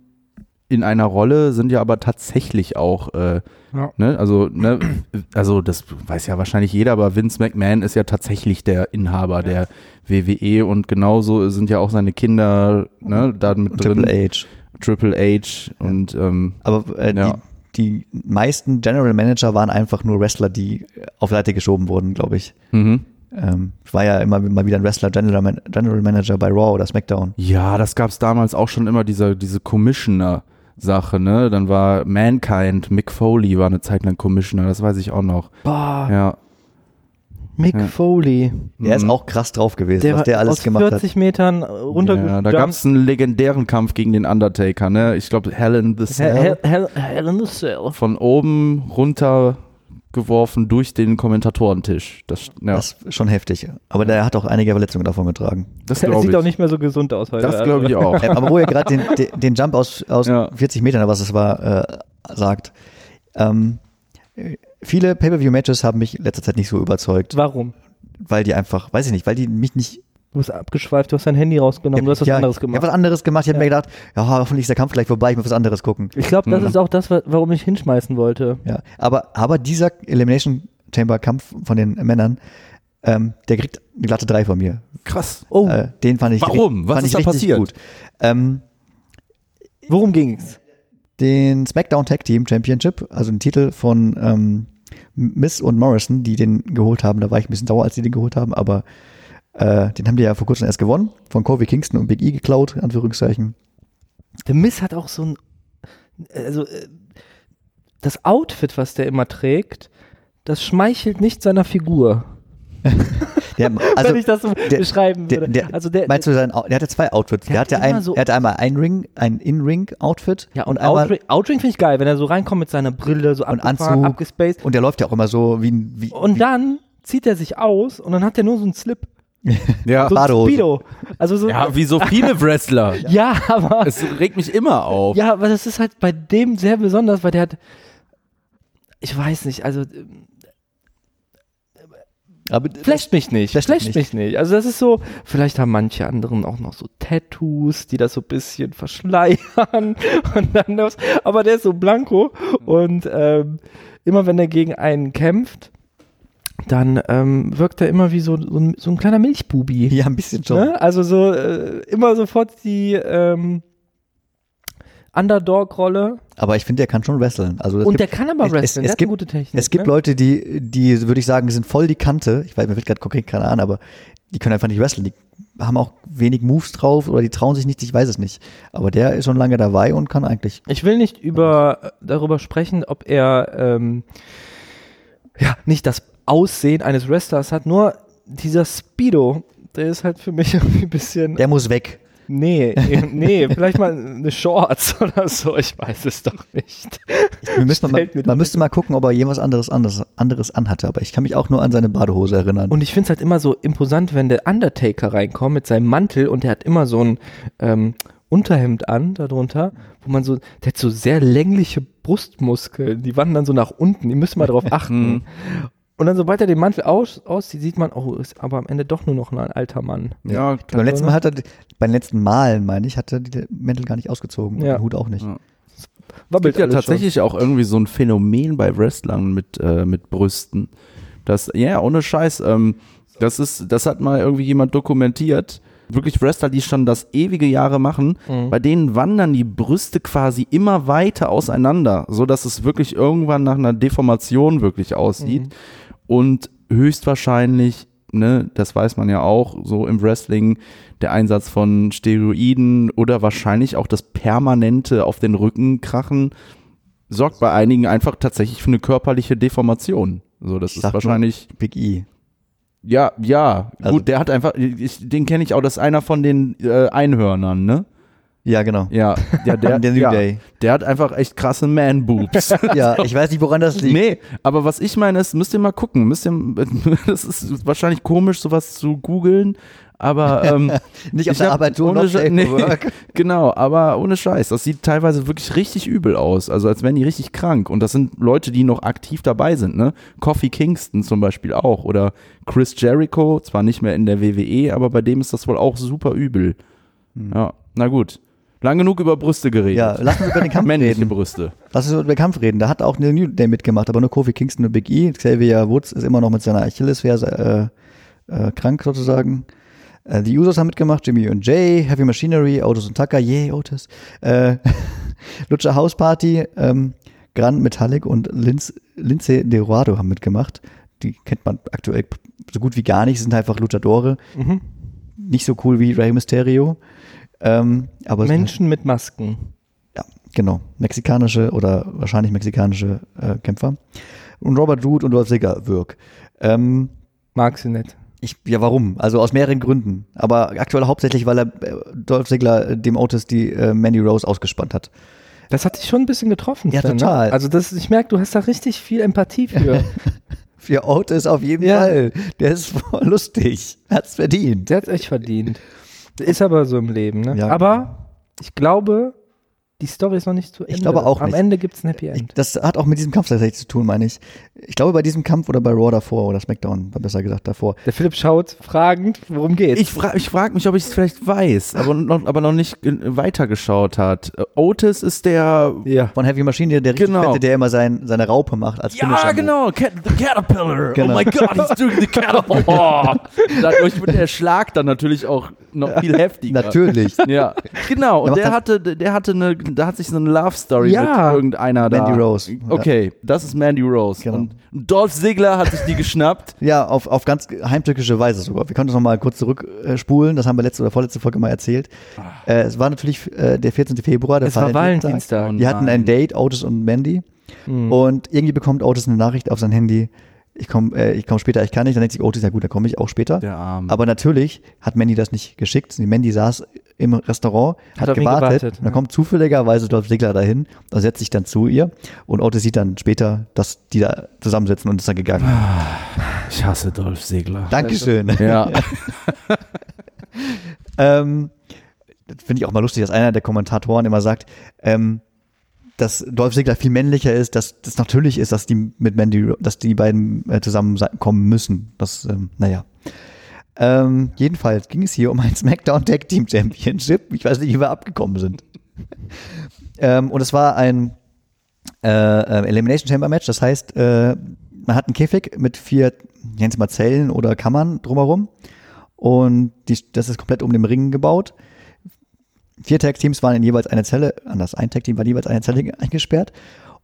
Speaker 3: in einer Rolle, sind ja aber tatsächlich auch, äh,
Speaker 1: Ja.
Speaker 3: ne, also, ne, also das weiß ja wahrscheinlich jeder, aber Vince McMahon ist ja tatsächlich der Inhaber der WWE und genauso sind ja auch seine Kinder, ne, da mit drin.
Speaker 2: Triple H.
Speaker 3: Triple H und ähm,
Speaker 2: Aber äh,
Speaker 3: Ja.
Speaker 2: die, die meisten General Manager waren einfach nur Wrestler, die äh, auf Seite geschoben wurden, glaube ich.
Speaker 3: mhm.
Speaker 2: Ähm, ich war ja immer mal wieder ein Wrestler General, Man General Manager bei Raw oder SmackDown.
Speaker 3: Ja, das gab's damals auch schon immer, diese, diese Commissioner-Sache, ne? Dann war Mankind, Mick Foley war eine Zeit lang Commissioner, das weiß ich auch noch.
Speaker 1: Boah,
Speaker 3: Ja.
Speaker 1: Mick
Speaker 3: Ja.
Speaker 1: Foley.
Speaker 2: Der ist
Speaker 3: Mhm.
Speaker 2: auch krass drauf gewesen,
Speaker 1: Der,
Speaker 2: was der
Speaker 1: aus
Speaker 2: alles gemacht hat.
Speaker 1: 40 Metern runtergejumpt.
Speaker 3: Ja, da gab's einen legendären Kampf gegen den Undertaker, ne? Ich glaube, Hell in the
Speaker 1: Hell,
Speaker 3: Cell.
Speaker 1: Hell, Hell, Hell in the Cell.
Speaker 3: Von oben runter geworfen durch den Kommentatorentisch. Das, ja, das,
Speaker 2: Das ist schon heftig. Aber der hat auch einige Verletzungen davon getragen.
Speaker 1: Das
Speaker 3: glaube
Speaker 1: sieht
Speaker 3: ich.
Speaker 1: auch nicht mehr so gesund aus Also, heute.
Speaker 3: das glaube ich auch.
Speaker 2: Ähm, aber wo ihr gerade den, den, den Jump aus, aus
Speaker 3: Ja.
Speaker 2: 40 Metern oder was es war, äh, sagt. Ähm, äh, viele Pay-Per-View-Matches haben mich in letzter Zeit nicht so überzeugt,
Speaker 1: Warum?
Speaker 2: weil die einfach, weiß ich nicht, weil die mich nicht.
Speaker 1: Du bist abgeschweift, du hast dein Handy rausgenommen, du hast was
Speaker 2: ja,
Speaker 1: anderes
Speaker 2: Ich habe
Speaker 1: gemacht.
Speaker 2: was anderes gemacht. Ich habe mir gedacht, ja, hoffentlich ist der Kampf gleich vorbei, ich muss was anderes gucken.
Speaker 1: Ich glaube, das
Speaker 3: Mhm.
Speaker 1: ist auch das, wa- warum ich hinschmeißen wollte.
Speaker 2: Ja, aber, aber dieser Elimination Chamber Kampf von den Männern, ähm, der kriegt eine glatte 3 von mir.
Speaker 3: Krass.
Speaker 1: Oh,
Speaker 2: Äh, den fand ich
Speaker 3: Warum? Was
Speaker 2: fand
Speaker 3: ist
Speaker 2: ich
Speaker 3: da
Speaker 2: richtig
Speaker 3: passiert?
Speaker 2: Gut. Ähm,
Speaker 1: worum ging's?
Speaker 2: den SmackDown Tag Team Championship, also den Titel von ähm, Miss und Morrison, die den geholt haben. Da war ich ein bisschen sauer, als die den geholt haben, aber äh, den haben die ja vor kurzem erst gewonnen. Von Kofi Kingston und Big E geklaut, in Anführungszeichen.
Speaker 1: Der Miss hat auch so ein. Also, äh, das Outfit, was der immer trägt, das schmeichelt nicht seiner Figur.
Speaker 2: Der, also,
Speaker 1: Wenn ich das so
Speaker 2: der-
Speaker 1: beschreiben
Speaker 2: der,
Speaker 1: würde.
Speaker 2: der,
Speaker 1: also der,
Speaker 2: meinst du, sein, Out- der hatte zwei Outfits. Der,
Speaker 1: Der
Speaker 2: hatte,
Speaker 1: hat immer
Speaker 2: ein,
Speaker 1: so-
Speaker 2: er hatte einmal ein Ring, ein In-Ring-Outfit
Speaker 1: ja, und,
Speaker 2: einmal
Speaker 1: Outring, Outring finde ich geil, wenn er so reinkommt mit seiner Brille, so
Speaker 2: Und
Speaker 1: abgefahren,
Speaker 2: Anzug.
Speaker 1: abgespaced.
Speaker 2: Und der läuft ja auch immer so wie ein wie,
Speaker 1: Und
Speaker 2: wie
Speaker 1: dann zieht er sich aus und dann hat er nur so einen Slip.
Speaker 3: Ja.
Speaker 1: So ein
Speaker 2: Badehose.
Speaker 1: Speedo. Also so, ja,
Speaker 3: ja, wie so viele Wrestler.
Speaker 1: aber.
Speaker 3: Es regt mich immer auf.
Speaker 1: Ja, aber das ist halt bei dem sehr besonders, weil der hat. Ich weiß nicht, also
Speaker 2: aber
Speaker 1: flasht mich nicht.
Speaker 2: Flasht
Speaker 1: Flasht,
Speaker 2: nicht.
Speaker 1: mich nicht. Also das ist so, vielleicht haben manche anderen auch noch so Tattoos, die das so ein bisschen verschleiern. Und dann das, aber der ist so blanko
Speaker 3: Mhm.
Speaker 1: und ähm, immer wenn er gegen einen kämpft, dann ähm, wirkt er immer wie so, so, ein, so ein kleiner Milchbubi.
Speaker 2: ja ein bisschen schon.
Speaker 1: Ne? Also so äh, immer sofort die ähm, Underdog-Rolle.
Speaker 2: Aber ich finde, der kann schon wresteln. Also es
Speaker 1: Und der
Speaker 2: gibt,
Speaker 1: kann aber
Speaker 2: es-
Speaker 1: wrestlen,
Speaker 2: es
Speaker 1: der hat
Speaker 2: gibt-
Speaker 1: eine gute Technik.
Speaker 2: es gibt
Speaker 1: ne?
Speaker 2: Leute, die die würde ich sagen, sind voll die Kante. Ich weiß, mir wird gerade konkret keine Ahnung, aber die können einfach nicht wresteln. Die haben auch wenig Moves drauf oder die trauen sich nicht. Ich weiß es nicht. Aber der ist schon lange dabei und kann eigentlich.
Speaker 1: Ich will nicht über, äh, darüber sprechen, ob er ähm, ja, nicht das Aussehen eines Wrestlers hat, nur dieser Speedo, der ist halt für mich irgendwie ein bisschen.
Speaker 2: Der muss weg.
Speaker 1: Nee, nee, vielleicht mal eine Shorts oder so, ich weiß es doch nicht.
Speaker 2: Wir müssen mal,
Speaker 1: Stellt mir
Speaker 2: man müsste mal gucken, ob er jemals anderes anderes anderes anhatte. Aber ich kann mich auch nur an seine Badehose erinnern.
Speaker 1: Und ich finde es halt immer so imposant, wenn der Undertaker reinkommt mit seinem Mantel und der hat immer so ein ähm, Unterhemd an darunter, wo man so, der hat so sehr längliche Brustmuskeln, die wandern so nach unten, die müssen mal drauf achten.
Speaker 3: Mhm.
Speaker 1: und dann, sobald er den Mantel aus, auszieht, sieht man, oh, ist aber am Ende doch nur noch ein alter Mann.
Speaker 3: Ja,
Speaker 2: beim letzten Mal hat er, bei den letzten Malen meine ich, hat er die Mäntel gar nicht ausgezogen
Speaker 1: Ja.
Speaker 2: und den Hut auch nicht.
Speaker 3: Ja. Es
Speaker 1: Wabbelt
Speaker 3: gibt ja
Speaker 1: alles
Speaker 3: tatsächlich auch irgendwie so ein Phänomen bei Wrestlern mit, äh, mit Brüsten. Das, ja, ohne Scheiß. Ähm, das ist, das hat mal irgendwie jemand dokumentiert. Wirklich Wrestler, die schon das ewige Jahre machen, bei denen wandern die Brüste quasi immer weiter auseinander, so dass es wirklich irgendwann nach einer Deformation wirklich aussieht. Und höchstwahrscheinlich, ne, das weiß man ja auch, so im Wrestling, der Einsatz von Steroiden oder wahrscheinlich auch das permanente auf den Rücken krachen, sorgt bei einigen einfach tatsächlich für eine körperliche Deformation. So, das
Speaker 2: Ich
Speaker 3: ist
Speaker 2: sag nur-
Speaker 3: wahrscheinlich,
Speaker 2: Big E.
Speaker 3: ja, ja,
Speaker 2: Also-
Speaker 3: gut, der hat einfach, ich, den kenne ich auch, das ist einer von den äh, Einhörnern, ne?
Speaker 2: Ja, genau.
Speaker 3: Ja, ja, der,
Speaker 2: Der New
Speaker 3: ja,
Speaker 2: Day.
Speaker 3: der hat einfach echt krasse Man-Boobs.
Speaker 2: Ja, ich weiß nicht, woran das liegt.
Speaker 3: Nee, aber was ich meine ist, müsst ihr mal gucken. Müsst ihr, das ist wahrscheinlich komisch, sowas zu googeln, aber ähm,
Speaker 2: Nicht auf
Speaker 3: ich
Speaker 2: der
Speaker 3: hab-
Speaker 2: Arbeit so,
Speaker 3: ohne
Speaker 2: not safe
Speaker 3: Sche-
Speaker 2: for
Speaker 3: nee,
Speaker 2: work.
Speaker 3: Genau, aber ohne Scheiß. Das sieht teilweise wirklich richtig übel aus. Also als wären die richtig krank. Und das sind Leute, die noch aktiv dabei sind, ne? Coffee Kingston zum Beispiel auch. Oder Chris Jericho, zwar nicht mehr in der WWE, aber bei dem ist das wohl auch super übel. Ja, na gut. Lang genug über Brüste geredet.
Speaker 2: Hm. Ja, lass uns über den Kampf
Speaker 3: Männliche
Speaker 2: reden.
Speaker 3: Brüste.
Speaker 2: Lass uns über den Kampf reden. Da hat auch eine New Day mitgemacht, aber nur Kofi Kingston und Big E. Xavier Woods ist immer noch mit seiner Achillesferse äh, äh, krank sozusagen. Äh, die Usos haben mitgemacht, Jimmy und Jay, Heavy Machinery, Otis und Tucker, yay Otis. Äh, Lutscher House Party, ähm, Gran Metallic und Linz, Lince Dorado haben mitgemacht. Die kennt man aktuell so gut wie gar nicht, sind einfach Luchadore.
Speaker 1: Mhm.
Speaker 2: Nicht so cool wie Rey Mysterio. Ähm, aber
Speaker 1: Menschen mit Masken.
Speaker 2: ja, genau. Mexikanische oder wahrscheinlich mexikanische äh, Kämpfer. Und Robert Root und Dolph Ziggler, Wirk. Ähm,
Speaker 1: Mag sie nicht.
Speaker 2: ich, ja, warum? Also aus mehreren Gründen. Aber aktuell hauptsächlich, weil er äh, Dolph Ziggler äh, dem Otis die äh, Mandy Rose ausgespannt hat.
Speaker 1: Das hat dich schon ein bisschen getroffen.
Speaker 2: Ja,
Speaker 1: Sven,
Speaker 2: total.
Speaker 1: Ne? Also das, ich merke, du hast da richtig viel Empathie für.
Speaker 2: Für Otis auf jeden
Speaker 1: Ja.
Speaker 2: Fall. Der ist voll lustig. Hat's verdient.
Speaker 1: Der hat echt verdient. Ist aber so im Leben. Ne?
Speaker 2: Äh, Ja.
Speaker 1: Aber ich glaube, die Story ist noch nicht zu Ende.
Speaker 2: Ich glaube auch
Speaker 1: Am
Speaker 2: nicht.
Speaker 1: Ende gibt es ein Happy
Speaker 2: Ich,
Speaker 1: End.
Speaker 2: das hat auch mit diesem Kampf tatsächlich zu tun, meine ich. Ich glaube, bei diesem Kampf oder bei Raw davor oder SmackDown, war besser gesagt davor.
Speaker 1: Der Philipp schaut fragend, worum geht's.
Speaker 3: Ich frage ich frag mich, ob ich es vielleicht weiß, aber noch, aber noch nicht äh, weitergeschaut hat. Äh, Otis ist der.
Speaker 1: ja.
Speaker 2: Von Heavy Machine, der, der richtig
Speaker 3: Genau.
Speaker 2: fette, der immer sein, seine Raupe macht als Finisher.
Speaker 3: Cat, the Caterpillar. Oh
Speaker 2: Genau.
Speaker 3: my God, he's doing the Caterpillar. Oh, Dadurch wird der Schlag dann natürlich auch noch viel heftiger.
Speaker 2: Natürlich.
Speaker 3: Ja, genau.
Speaker 2: Der
Speaker 3: Und der
Speaker 2: macht
Speaker 3: hatte, der hatte eine, da hat sich so eine Love Story
Speaker 1: Ja.
Speaker 3: mit irgendeiner da.
Speaker 2: Mandy Rose.
Speaker 3: Okay, das ist Mandy Rose.
Speaker 2: Genau.
Speaker 3: Und Dolph Ziggler hat sich die geschnappt.
Speaker 2: Ja, auf, auf ganz heimtückische Weise sogar. Wir können das nochmal kurz zurückspulen. Das haben wir letzte oder vorletzte Folge mal erzählt. Äh, es war natürlich äh, der 14. Februar, der
Speaker 1: Es war Valentinstag. Oh Hm.
Speaker 3: Und-
Speaker 2: Die hatten
Speaker 3: Nein.
Speaker 2: ein Date, Otis und Mandy. Und irgendwie bekommt Otis eine Nachricht auf sein Handy. Ich komme äh, ich komm später, ich kann nicht. Dann denkt sich Otis, ja gut, dann komme ich auch später.
Speaker 3: Der Arme.
Speaker 2: Aber natürlich hat Mandy das nicht geschickt. Die Mandy saß im Restaurant, hat,
Speaker 1: auf ihn
Speaker 2: gewartet.
Speaker 1: gewartet,
Speaker 2: und dann
Speaker 1: ja.
Speaker 2: kommt zufälligerweise Dolph Ziggler dahin, da setzt sich dann zu ihr. Und Otis sieht dann später, dass die da zusammensitzen und ist dann
Speaker 1: Ah,
Speaker 2: gegangen.
Speaker 3: Ich hasse Dolph Ziggler.
Speaker 2: Dankeschön.
Speaker 3: Ja.
Speaker 2: Ähm, das finde ich auch mal lustig, dass einer der Kommentatoren immer sagt, ähm, dass Dolph Ziggler viel männlicher ist, dass das natürlich ist, dass die mit Mandy, dass die beiden äh, zusammenkommen müssen. Das, ähm, naja. Ähm, jedenfalls ging es hier um ein SmackDown Tag Team Championship. Ich weiß nicht, wie wir abgekommen sind. ähm, und es war ein äh, äh, Elimination Chamber Match. Das heißt, äh, man hat einen Käfig mit vier, nennen mal Zellen oder Kammern drumherum. Und die, das ist komplett um den Ring gebaut. Vier Tag-Teams waren in jeweils eine Zelle, anders, ein Tag-Team war in jeweils eine Zelle eingesperrt.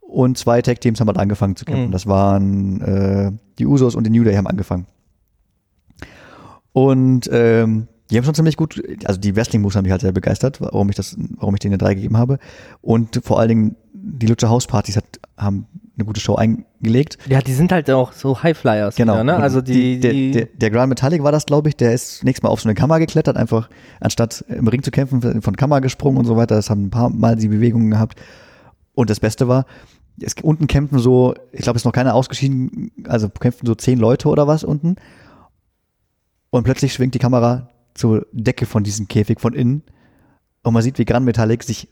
Speaker 2: Und zwei Tag-Teams haben halt angefangen zu kämpfen.
Speaker 1: Mhm.
Speaker 2: Das waren äh, die Usos und die New Day haben angefangen. Und ähm, die haben schon ziemlich gut, also die Wrestling-Moves haben mich halt sehr begeistert, warum ich das, warum ich denen eine drei gegeben habe. Und vor allen Dingen die Lutscher Hauspartys hat, haben eine gute Show eingelegt.
Speaker 1: ja, die sind halt auch so Highflyers.
Speaker 2: Genau.
Speaker 1: Wieder, ne?
Speaker 2: Und
Speaker 1: Also die,
Speaker 2: der,
Speaker 1: die,
Speaker 2: der, der Grand Metallic war das, glaube ich, der ist nächstes Mal auf so eine Kammer geklettert, einfach anstatt im Ring zu kämpfen, von Kammer gesprungen und so weiter. Das haben ein paar Mal die Bewegungen gehabt. Und das Beste war, es, unten kämpfen so, ich glaube, es ist noch keiner ausgeschieden, also kämpften so zehn Leute oder was unten. Und plötzlich schwingt die Kamera zur Decke von diesem Käfig von innen. Und man sieht, wie Gran Metallic sich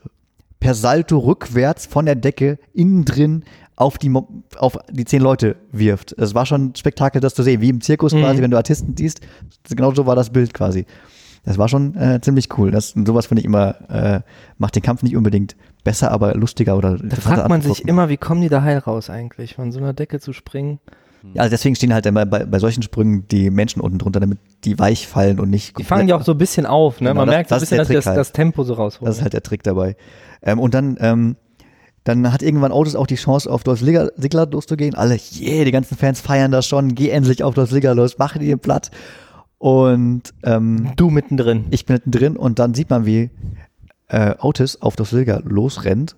Speaker 2: per Salto rückwärts von der Decke innen drin auf die, Mo- auf die zehn Leute wirft. Es war schon ein Spektakel, das zu sehen, wie im Zirkus
Speaker 1: Mhm.
Speaker 2: quasi, wenn du Artisten siehst. Genau so war das Bild quasi. Das war schon äh, ziemlich cool. Das, und sowas finde ich immer, äh, macht den Kampf nicht unbedingt besser, aber lustiger oder
Speaker 1: da fragt man sich immer, wie kommen die da heil raus eigentlich, von so einer Decke zu springen.
Speaker 2: Ja, also deswegen stehen halt immer bei, bei solchen Sprüngen die Menschen unten drunter, damit die weich fallen und nicht
Speaker 1: Die fangen ja auch so ein bisschen auf, ne?
Speaker 2: Genau,
Speaker 1: Man
Speaker 2: das-
Speaker 1: merkt so ein
Speaker 2: das ist
Speaker 1: bisschen,
Speaker 2: der
Speaker 1: dass die das,
Speaker 2: Trick halt.
Speaker 1: das Tempo so rausholen.
Speaker 2: Das ist halt der Trick dabei. Ähm, und dann, ähm, dann hat irgendwann Otis auch die Chance, auf Dolph Ziggler Ziggler loszugehen. Alle, yeah, die ganzen Fans feiern das schon. Geh endlich auf Dolph Ziggler los, mach ihn platt. Und ähm,
Speaker 1: du mittendrin.
Speaker 2: ich bin drin und dann sieht man, wie äh, Otis auf Dolph Ziggler losrennt,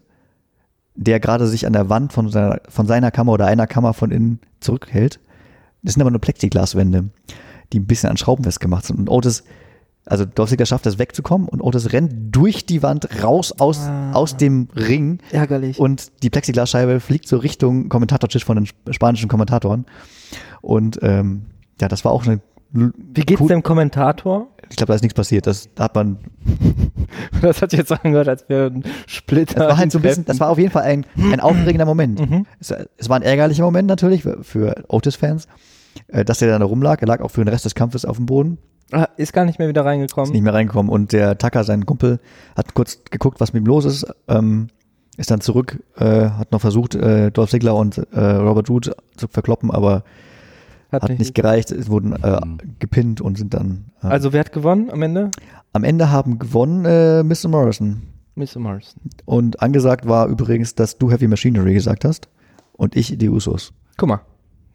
Speaker 2: der gerade sich an der Wand von seiner, von seiner Kammer oder einer Kammer von innen zurückhält. Das sind aber nur Plexiglaswände, die ein bisschen an Schrauben festgemacht sind. Und Otis, also Dolph Ziggler schafft es wegzukommen und Otis rennt durch die Wand raus aus,
Speaker 1: Ah.
Speaker 2: aus dem Ring
Speaker 1: Ärgerlich.
Speaker 2: und die Plexiglasscheibe fliegt so Richtung Kommentatortisch von den sp- spanischen Kommentatoren. Und ähm, ja, das war auch eine.
Speaker 1: wie geht's dem Kommentator?
Speaker 2: Ich glaube, da ist nichts passiert. Das da hat man
Speaker 1: Das hat jetzt angehört, als wäre ein Splitter.
Speaker 2: Das war halt so ein
Speaker 1: im
Speaker 2: bisschen, das war auf jeden Fall ein, ein aufregender Moment. Es, es war ein ärgerlicher Moment natürlich für- für Otis-Fans, äh, dass der da rumlag. Er lag auch für den Rest des Kampfes auf dem Boden,
Speaker 1: Ah, Ist gar nicht mehr wieder
Speaker 2: ist
Speaker 1: reingekommen.
Speaker 2: nicht mehr reingekommen. Und der Tucker, sein Kumpel, hat kurz geguckt, was mit ihm los ist, ähm, ist dann zurück, äh, hat noch versucht, äh, Dolph Ziggler und äh, Robert Root zu verkloppen, aber hat nicht, gereicht. Es wurden äh, gepinnt und sind dann. Äh,
Speaker 1: also wer hat gewonnen am Ende?
Speaker 2: am Ende haben gewonnen äh, Mr. Morrison.
Speaker 1: Mr. Morrison.
Speaker 2: Und angesagt war übrigens, dass du Heavy Machinery gesagt hast und ich die Usos.
Speaker 1: Guck mal.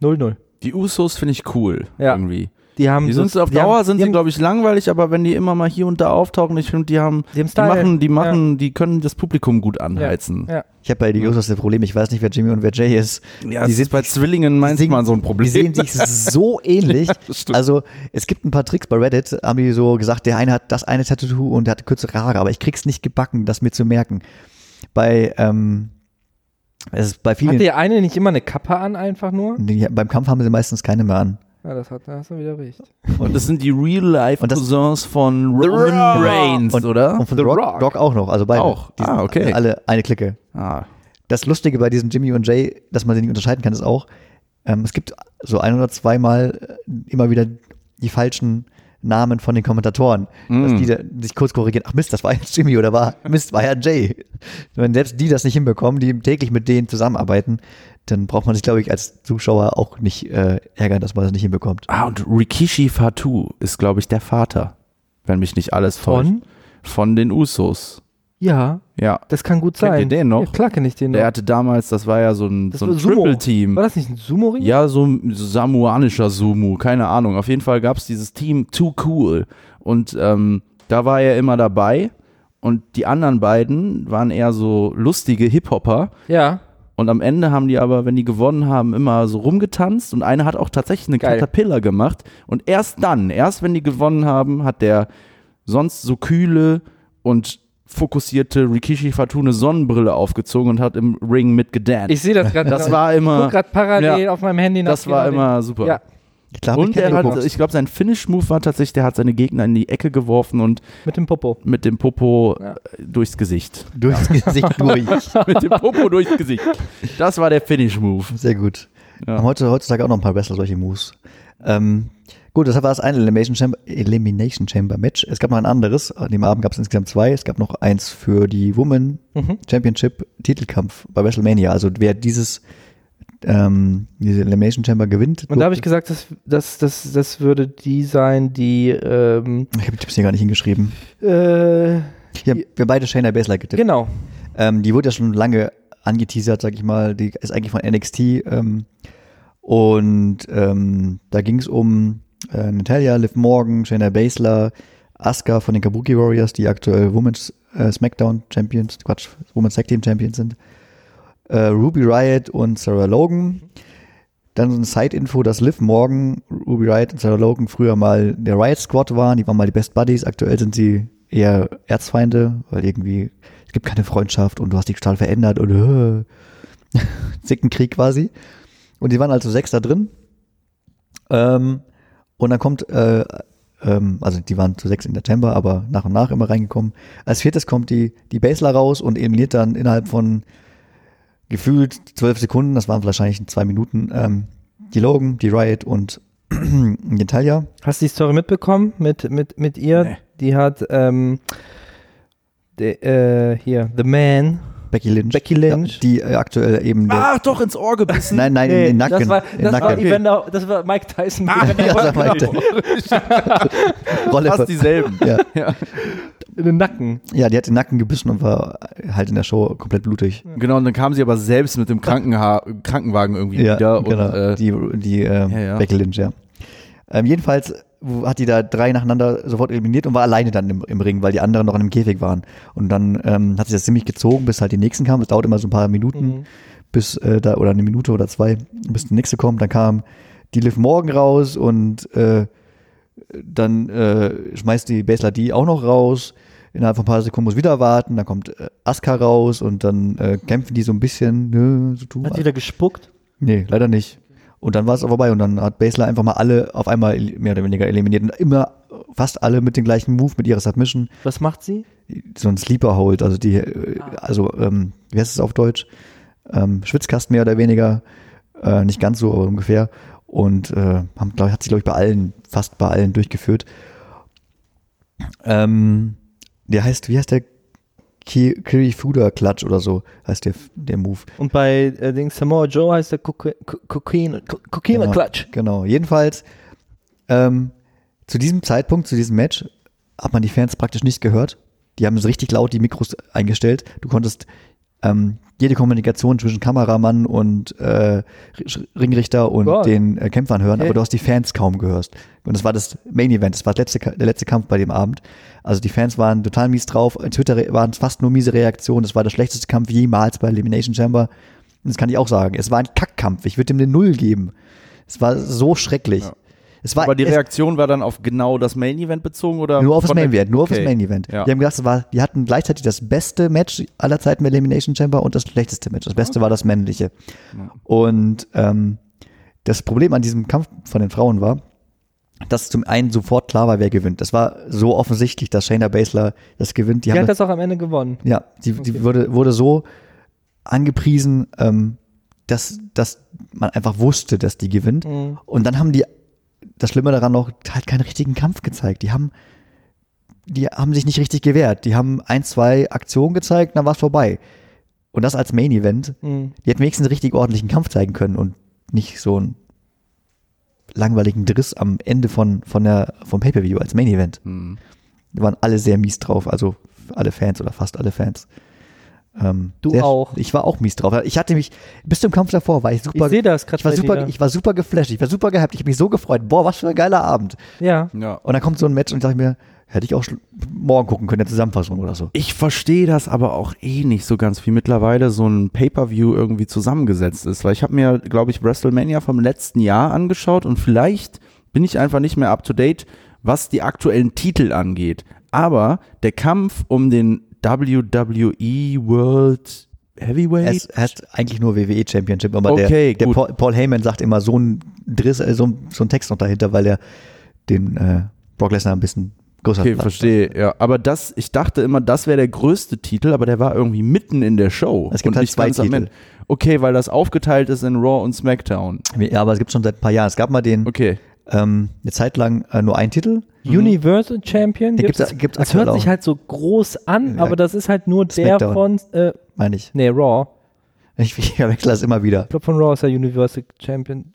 Speaker 1: 0-0.
Speaker 3: Die Usos finde ich cool.
Speaker 1: Ja.
Speaker 3: Irgendwie.
Speaker 1: Die haben
Speaker 3: Die
Speaker 1: so-
Speaker 3: sind auf
Speaker 1: die haben-
Speaker 3: Dauer sind
Speaker 1: die
Speaker 3: sie,
Speaker 1: haben,
Speaker 3: glaube ich, langweilig, aber wenn die immer mal hier und da auftauchen, ich finde, die haben,
Speaker 1: Die haben
Speaker 3: die
Speaker 1: Style.
Speaker 3: machen, die machen, die können das Publikum gut
Speaker 1: ja,
Speaker 3: anheizen.
Speaker 1: Ja.
Speaker 2: Ich habe bei den Usos das Problem, ich weiß nicht, wer Jimmy und wer Jay ist.
Speaker 3: Ja, die sind bei Zwillingen
Speaker 2: singen-
Speaker 3: manchmal so ein
Speaker 2: Die
Speaker 3: Problem.
Speaker 2: sehen sich so ähnlich.
Speaker 3: das stimmt.
Speaker 2: also es gibt ein paar Tricks bei Reddit, haben die so gesagt, der eine hat das eine Tattoo und der hat kürzere Haare, aber ich krieg's nicht gebacken, das mir zu merken. bei, ähm, es ist bei
Speaker 1: Hat
Speaker 2: vielen,
Speaker 1: der eine nicht immer eine Kappe an, einfach nur?
Speaker 2: die, beim Kampf haben sie meistens keine mehr an.
Speaker 1: Ja, das hat, da hast du wieder recht.
Speaker 3: Und das sind die Real-Life
Speaker 2: Und das-
Speaker 3: Cousins von
Speaker 1: The
Speaker 3: Roman
Speaker 1: Rock.
Speaker 3: Reigns,
Speaker 2: Und,
Speaker 3: oder?
Speaker 2: und von
Speaker 1: The
Speaker 2: The Rock,
Speaker 1: Rock.
Speaker 2: Rock. auch noch, also beide.
Speaker 3: Auch.
Speaker 2: Die sind
Speaker 3: Ah, okay.
Speaker 2: Alle eine Clique.
Speaker 3: Ah,
Speaker 2: Das Lustige bei diesen Jimmy und Jay, dass man sie nicht unterscheiden kann, ist auch, ähm, es gibt so ein oder zweimal äh, immer wieder die falschen Namen von den Kommentatoren,
Speaker 3: Mm.
Speaker 2: dass die da sich kurz korrigieren, ach Mist, das war ja Jimmy oder war, Mist, war ja Jay. Wenn selbst die das nicht hinbekommen, die täglich mit denen zusammenarbeiten, dann braucht man sich, glaube ich, als Zuschauer auch nicht äh, ärgern, dass man das nicht hinbekommt.
Speaker 3: ah und Rikishi Fatu ist, glaube ich, der Vater, wenn mich nicht alles täuscht.
Speaker 1: Von?
Speaker 3: Von den Usos.
Speaker 1: Ja,
Speaker 3: Ja.
Speaker 1: das kann gut
Speaker 3: Kennt
Speaker 1: sein.
Speaker 3: ihr den noch?
Speaker 1: Ja, klar kenne ich den noch.
Speaker 3: Der hatte damals, das war ja so ein,
Speaker 1: das
Speaker 3: so ein
Speaker 1: war Sumo. War
Speaker 3: Triple-Team.
Speaker 1: das nicht ein Sumo-Ring?
Speaker 3: Ja, so ein samoanischer Sumu, keine Ahnung. Auf jeden Fall gab es dieses Team Too Cool. Und ähm, da war er immer dabei. Und die anderen beiden waren eher so lustige Hip-Hopper.
Speaker 1: Ja.
Speaker 3: Und am Ende haben die aber, wenn die gewonnen haben, immer so rumgetanzt. Und einer hat auch tatsächlich eine
Speaker 1: Geil.
Speaker 3: Caterpillar gemacht. Und erst dann, erst wenn die gewonnen haben, hat der sonst so kühle und fokussierte Rikishi Fatune Sonnenbrille aufgezogen und hat im Ring mitgedanced.
Speaker 1: Ich sehe das gerade.
Speaker 3: das
Speaker 1: genau.
Speaker 3: war
Speaker 1: ich
Speaker 3: immer,
Speaker 1: guck gerade parallel auf meinem Handy nach.
Speaker 3: das war
Speaker 1: genau
Speaker 3: immer super.
Speaker 1: den- Ja,
Speaker 2: Klar, hab
Speaker 3: Und
Speaker 2: ich
Speaker 3: er
Speaker 2: keine
Speaker 3: hat,
Speaker 2: geguckt.
Speaker 3: ich glaube, sein Finish-Move war tatsächlich, der hat seine Gegner in die Ecke geworfen und
Speaker 1: mit dem Popo.
Speaker 3: mit dem Popo
Speaker 1: Ja.
Speaker 3: äh, durchs Gesicht.
Speaker 2: durchs Gesicht durch.
Speaker 3: mit dem Popo durchs Gesicht. Das war der Finish-Move.
Speaker 2: Sehr gut.
Speaker 3: Ja.
Speaker 2: Haben Heute, heutzutage auch noch ein paar Wrestler solche Moves. Ähm, gut, deshalb war es ein Elimination Chamber, Elimination Chamber Match. Es gab noch ein anderes. An dem Abend gab es insgesamt zwei. Es gab noch eins für die Women
Speaker 1: Mhm.
Speaker 2: Championship Titelkampf bei WrestleMania. Also wer dieses ähm, diese Elimination Chamber gewinnt.
Speaker 1: Und da habe ich
Speaker 2: durfte-
Speaker 1: gesagt, das, das, das, das würde die sein, die. Ähm,
Speaker 2: ich habe die Tipps hier gar nicht hingeschrieben.
Speaker 1: äh,
Speaker 2: Wir, wir beide Shayna Baszler getippt.
Speaker 1: genau.
Speaker 2: Ähm, die wurde ja schon lange angeteasert, sag ich mal. Die ist eigentlich von NXT. Ähm, und ähm, da ging es um äh, Natalia, Liv Morgan, Shayna Baszler, Asuka von den Kabuki Warriors, die aktuell Women's äh, SmackDown Champions, Quatsch, Women's Tag Team Champions sind. Äh, Ruby Riot und Sarah Logan. Dann so eine Side-Info, dass Liv Morgan, Ruby Riot und Sarah Logan früher mal der Riot Squad waren. Die waren mal die Best Buddies. Aktuell sind sie eher Erzfeinde, weil irgendwie es gibt keine Freundschaft und du hast dich total verändert und äh, Sickenkrieg quasi. Und die waren also sechs da drin. Ähm, und dann kommt, äh, ähm, also die waren zu sechs in der Chamber, aber nach und nach immer reingekommen. Als viertes kommt die, die Basler raus und eliminiert dann innerhalb von gefühlt zwölf Sekunden, das waren wahrscheinlich zwei Minuten, ähm, die Logan, die Riot und Natalia.
Speaker 1: Hast du die Story mitbekommen mit, mit, mit ihr?
Speaker 3: Nee.
Speaker 1: Die hat ähm, der, äh, hier, The Man.
Speaker 2: Becky Lynch.
Speaker 1: Becky Lynch.
Speaker 2: Ja, die äh, aktuell eben. der-
Speaker 3: Ach, doch, ins Ohr gebissen.
Speaker 2: Nein, nein, in den Nacken.
Speaker 1: das war,
Speaker 2: in den
Speaker 1: das war,
Speaker 2: Nacken. Ah.
Speaker 1: Evander, das war Mike Tyson.
Speaker 2: ja, sag mal, Rolle
Speaker 3: Fast dieselben.
Speaker 2: Ja.
Speaker 1: in den Nacken.
Speaker 2: ja, die hat den Nacken gebissen und war halt in der Show komplett blutig.
Speaker 3: Genau, und dann kam sie aber selbst mit dem Krankenha Krankenwagen irgendwie
Speaker 2: Ja,
Speaker 3: wieder.
Speaker 2: genau.
Speaker 3: Und, äh,
Speaker 2: die die äh,
Speaker 3: Ja, ja.
Speaker 2: Becky Lynch, ja. Ähm, jedenfalls hat die da drei nacheinander sofort eliminiert und war alleine dann im, im Ring, weil die anderen noch in dem Käfig waren. Und dann ähm, hat sie das ziemlich gezogen, bis halt die nächsten kamen. Es dauert immer so ein paar Minuten,
Speaker 3: Mhm.
Speaker 2: bis äh, da, oder eine Minute oder zwei, bis die nächste kommt. Dann kam die Liv Morgan raus und äh, dann äh, schmeißt die Basler die auch noch raus. Innerhalb von ein paar Sekunden muss wieder warten, dann kommt äh, Asuka raus und dann äh, kämpfen die so ein bisschen. Nö, so tun,
Speaker 1: Hat wieder gespuckt.
Speaker 2: Nee, leider nicht. Und dann war es auch vorbei und dann hat Basler einfach mal alle auf einmal el- mehr oder weniger eliminiert und immer fast alle mit dem gleichen Move, mit ihrer Submission,
Speaker 1: Was macht sie?
Speaker 2: so ein Sleeper Hold, also die, äh, also ähm, wie heißt es auf Deutsch? Ähm, Schwitzkasten mehr oder weniger, äh, nicht ganz so, aber ungefähr. Und äh, haben, glaub, ich, hat sie, glaube ich, bei allen, fast bei allen durchgeführt. Ähm, der heißt, wie heißt der? Ki- Kirifuda-Klatsch oder so heißt der, der Move.
Speaker 1: Und bei äh, Dings Samoa Joe heißt der Cocaine- Co- Cocaine Cocaine
Speaker 2: Genau,
Speaker 1: Clutch.
Speaker 2: Genau. Jedenfalls, ähm, zu diesem Zeitpunkt, zu diesem Match, hat man die Fans praktisch nicht gehört. Die haben es richtig laut die Mikros eingestellt. Du konntest ähm, jede Kommunikation zwischen Kameramann und äh, Sch- Ringrichter und
Speaker 1: Cool.
Speaker 2: den äh, Kämpfern hören,
Speaker 1: Okay.
Speaker 2: aber du hast die Fans kaum gehört. Und das war das Main Event, das war das letzte, Ka- der letzte Kampf bei dem Abend. Also die Fans waren total mies drauf. In Twitter waren es fast nur miese Reaktionen. Das war der schlechteste Kampf jemals bei Elimination Chamber. Und das kann ich auch sagen. Es war ein Kackkampf. Ich würde dem eine Null geben. Es war so schrecklich. Es war
Speaker 3: Aber die
Speaker 2: es,
Speaker 3: Reaktion war dann auf genau das Main Event bezogen oder?
Speaker 2: nur auf das
Speaker 3: von der-
Speaker 2: Main Event, nur auf das
Speaker 3: Okay.
Speaker 2: Main Event.
Speaker 3: Ja.
Speaker 2: Die haben gesagt, es war, die hatten gleichzeitig das beste Match aller Zeiten mit Elimination Chamber und das schlechteste Match. Das Beste war das männliche. Und ähm, das Problem an diesem Kampf von den Frauen war, dass zum einen sofort klar war, wer gewinnt. Das war so offensichtlich, dass Shayna Baszler das gewinnt. Die
Speaker 1: Die
Speaker 2: haben
Speaker 1: hat das auch am Ende gewonnen.
Speaker 2: Ja, die, die wurde, wurde so angepriesen, ähm, dass, dass man einfach wusste, dass die gewinnt.
Speaker 1: Mm,
Speaker 2: Und dann haben die, das Schlimme daran noch, halt keinen richtigen Kampf gezeigt. Die haben, die haben sich nicht richtig gewehrt. Die haben ein, zwei Aktionen gezeigt, dann war es vorbei. Und das als Main Event.
Speaker 1: Mhm.
Speaker 2: Die hätten wenigstens einen richtig ordentlichen Kampf zeigen können und nicht so einen langweiligen Driss am Ende von, von der, vom Pay-Per-View als Main Event.
Speaker 3: Hm.
Speaker 2: Die waren alle sehr mies drauf, also alle Fans oder fast alle Fans. Ähm,
Speaker 1: Du
Speaker 2: sehr,
Speaker 1: auch.
Speaker 2: Ich war auch mies drauf. Ich hatte mich, bis zum Kampf davor war ich super.
Speaker 1: Ich sehe das gerade
Speaker 2: ich war,
Speaker 1: bei
Speaker 2: super,
Speaker 1: dir.
Speaker 2: ich war super geflasht, ich war super gehypt, ich habe mich so gefreut. Boah, was für ein geiler Abend.
Speaker 1: Ja.
Speaker 3: Ja.
Speaker 2: Und dann kommt so ein Match und ich dachte mir, hätte ich auch schl- morgen gucken können, eine Zusammenfassung oder so.
Speaker 3: Ich verstehe das aber auch eh nicht so ganz, wie mittlerweile so ein Pay-per-View irgendwie zusammengesetzt ist. Weil ich habe mir, glaube ich, WrestleMania vom letzten Jahr angeschaut und vielleicht bin ich einfach nicht mehr up to date, was die aktuellen Titel angeht. Aber der Kampf um den WWE World Heavyweight
Speaker 2: Es heißt eigentlich nur WWE Championship, aber der,
Speaker 3: Okay,
Speaker 2: der
Speaker 3: gut.
Speaker 2: Paul, Paul Heyman sagt immer so ein Driss, äh, so, ein- so ein Text noch dahinter, weil er den äh, Brock Lesnar ein bisschen größer
Speaker 3: Okay,
Speaker 2: macht.
Speaker 3: verstehe. Ja, aber das, ich dachte immer, das wäre der größte Titel, aber der war irgendwie mitten in der Show.
Speaker 2: Es gibt
Speaker 3: und
Speaker 2: halt
Speaker 3: nicht
Speaker 2: zwei
Speaker 3: ganz am
Speaker 2: Titel.
Speaker 3: Ende. Okay, weil das aufgeteilt ist in Raw und SmackDown.
Speaker 2: Ja, aber es gibt schon seit ein paar Jahren. Es gab mal den
Speaker 3: Okay.
Speaker 2: ähm, eine Zeit lang äh, nur einen Titel.
Speaker 1: Universal Champion
Speaker 2: Den
Speaker 1: gibt's,
Speaker 2: gibt's- gibt's
Speaker 1: das
Speaker 2: aktuell
Speaker 1: hört sich
Speaker 2: auch.
Speaker 1: halt so groß an,
Speaker 2: Ja.
Speaker 1: aber das ist halt nur der
Speaker 2: Smackdown.
Speaker 1: von äh,
Speaker 2: meine ich.
Speaker 1: nee, Raw.
Speaker 2: Ich, ich wechsle das immer wieder.
Speaker 1: Ich glaube von Raw ist er Universal Champion.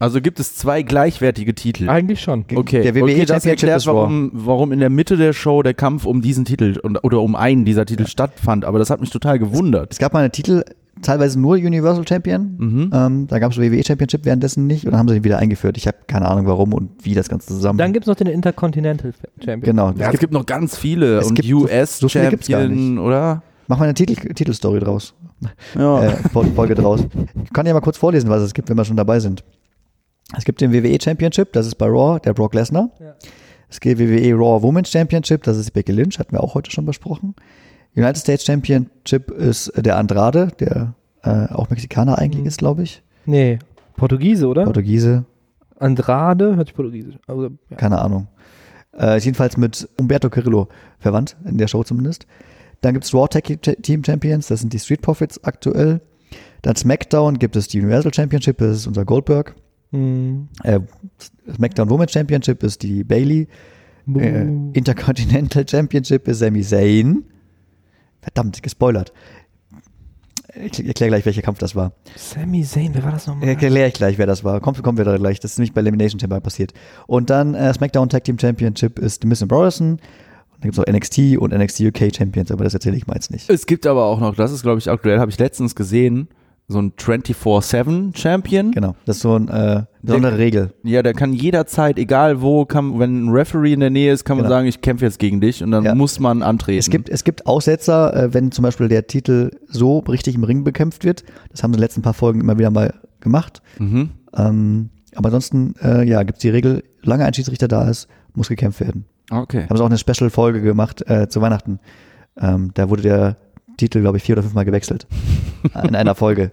Speaker 3: Also gibt es zwei gleichwertige Titel.
Speaker 1: Eigentlich schon.
Speaker 3: Okay,
Speaker 2: Der WWE
Speaker 3: okay, das
Speaker 2: Championship
Speaker 3: erklärt,
Speaker 2: ist Raw.
Speaker 3: warum, warum in der Mitte der Show der Kampf um diesen Titel und, oder um einen dieser Titel stattfand. Aber das hat mich total gewundert.
Speaker 2: Es gab mal einen Titel, teilweise nur Universal Champion.
Speaker 1: Mhm.
Speaker 2: Ähm, da gab es WWE Championship währenddessen nicht und dann haben sie den wieder eingeführt. Ich habe keine Ahnung, warum und wie das Ganze zusammen.
Speaker 1: Dann gibt es noch den Intercontinental Champion.
Speaker 2: genau.
Speaker 3: Ja,
Speaker 2: Es
Speaker 3: es
Speaker 2: gibt,
Speaker 3: gibt noch ganz viele.
Speaker 2: Es
Speaker 3: und
Speaker 2: gibt so- so viele gibt's gar
Speaker 3: US-Champion, oder?
Speaker 2: mach mal eine Titel, Titelstory draus.
Speaker 3: Ja.
Speaker 2: Äh, Fol- Folge draus. Ich kann ja mal kurz vorlesen, was es gibt, wenn wir schon dabei sind. Es gibt den WWE Championship, das ist bei Raw, der Brock Lesnar.
Speaker 1: Ja.
Speaker 2: Es gibt WWE Raw Women's Championship, das ist Becky Lynch, hatten wir auch heute schon besprochen. United States Championship ist äh, der Andrade, der äh, auch Mexikaner eigentlich
Speaker 1: Mhm.
Speaker 2: ist, glaube ich.
Speaker 1: Nee, Portugiese, oder?
Speaker 2: Portugiese,
Speaker 1: Andrade hört sich Portugiese. Also, ja.
Speaker 2: keine Ahnung. Äh, ist jedenfalls mit Umberto Carrillo verwandt, in der Show zumindest. Dann gibt's Raw Tag Team Champions, das sind die Street Profits aktuell. Dann SmackDown gibt es die Universal Championship, das ist unser Goldberg.
Speaker 1: Hm.
Speaker 2: Äh, SmackDown Women's Championship ist die Bailey.
Speaker 1: Uh.
Speaker 2: Äh, Intercontinental Championship ist Sami Zayn. Verdammt, gespoilert. Ich erkläre gleich, welcher Kampf das war.
Speaker 1: Sami Zayn, wer war das nochmal?
Speaker 2: Erkläre ich gleich, wer das war. Kommt, kommen wir da gleich. Das ist nämlich bei Elimination Chamber passiert. Und dann äh, SmackDown Tag Team Championship ist The Miz und Brotherson. Und dann gibt es auch NXT und NXT UK Champions, aber das erzähle ich mal jetzt nicht.
Speaker 3: Es gibt aber auch noch, das ist glaube ich aktuell, habe ich letztens gesehen, so ein 24-7 Champion.
Speaker 2: Genau, das ist so ein, äh, eine besondere Regel.
Speaker 3: Ja, der kann jederzeit, egal wo, kann, wenn ein Referee in der Nähe ist, kann man
Speaker 2: Genau.
Speaker 3: sagen, ich kämpfe jetzt gegen dich und dann
Speaker 2: Ja.
Speaker 3: muss man antreten.
Speaker 2: Es gibt, es gibt Aussetzer, äh, wenn zum Beispiel der Titel so richtig im Ring bekämpft wird. Das haben sie in den letzten paar Folgen immer wieder mal gemacht.
Speaker 3: Mhm.
Speaker 2: Ähm, aber ansonsten, äh, ja, gibt es die Regel, solange ein Schiedsrichter da ist, muss gekämpft werden.
Speaker 3: Okay.
Speaker 2: Haben sie auch eine Special-Folge gemacht äh, zu Weihnachten. Ähm, da wurde der Titel, glaube ich, vier oder fünfmal gewechselt. In einer Folge.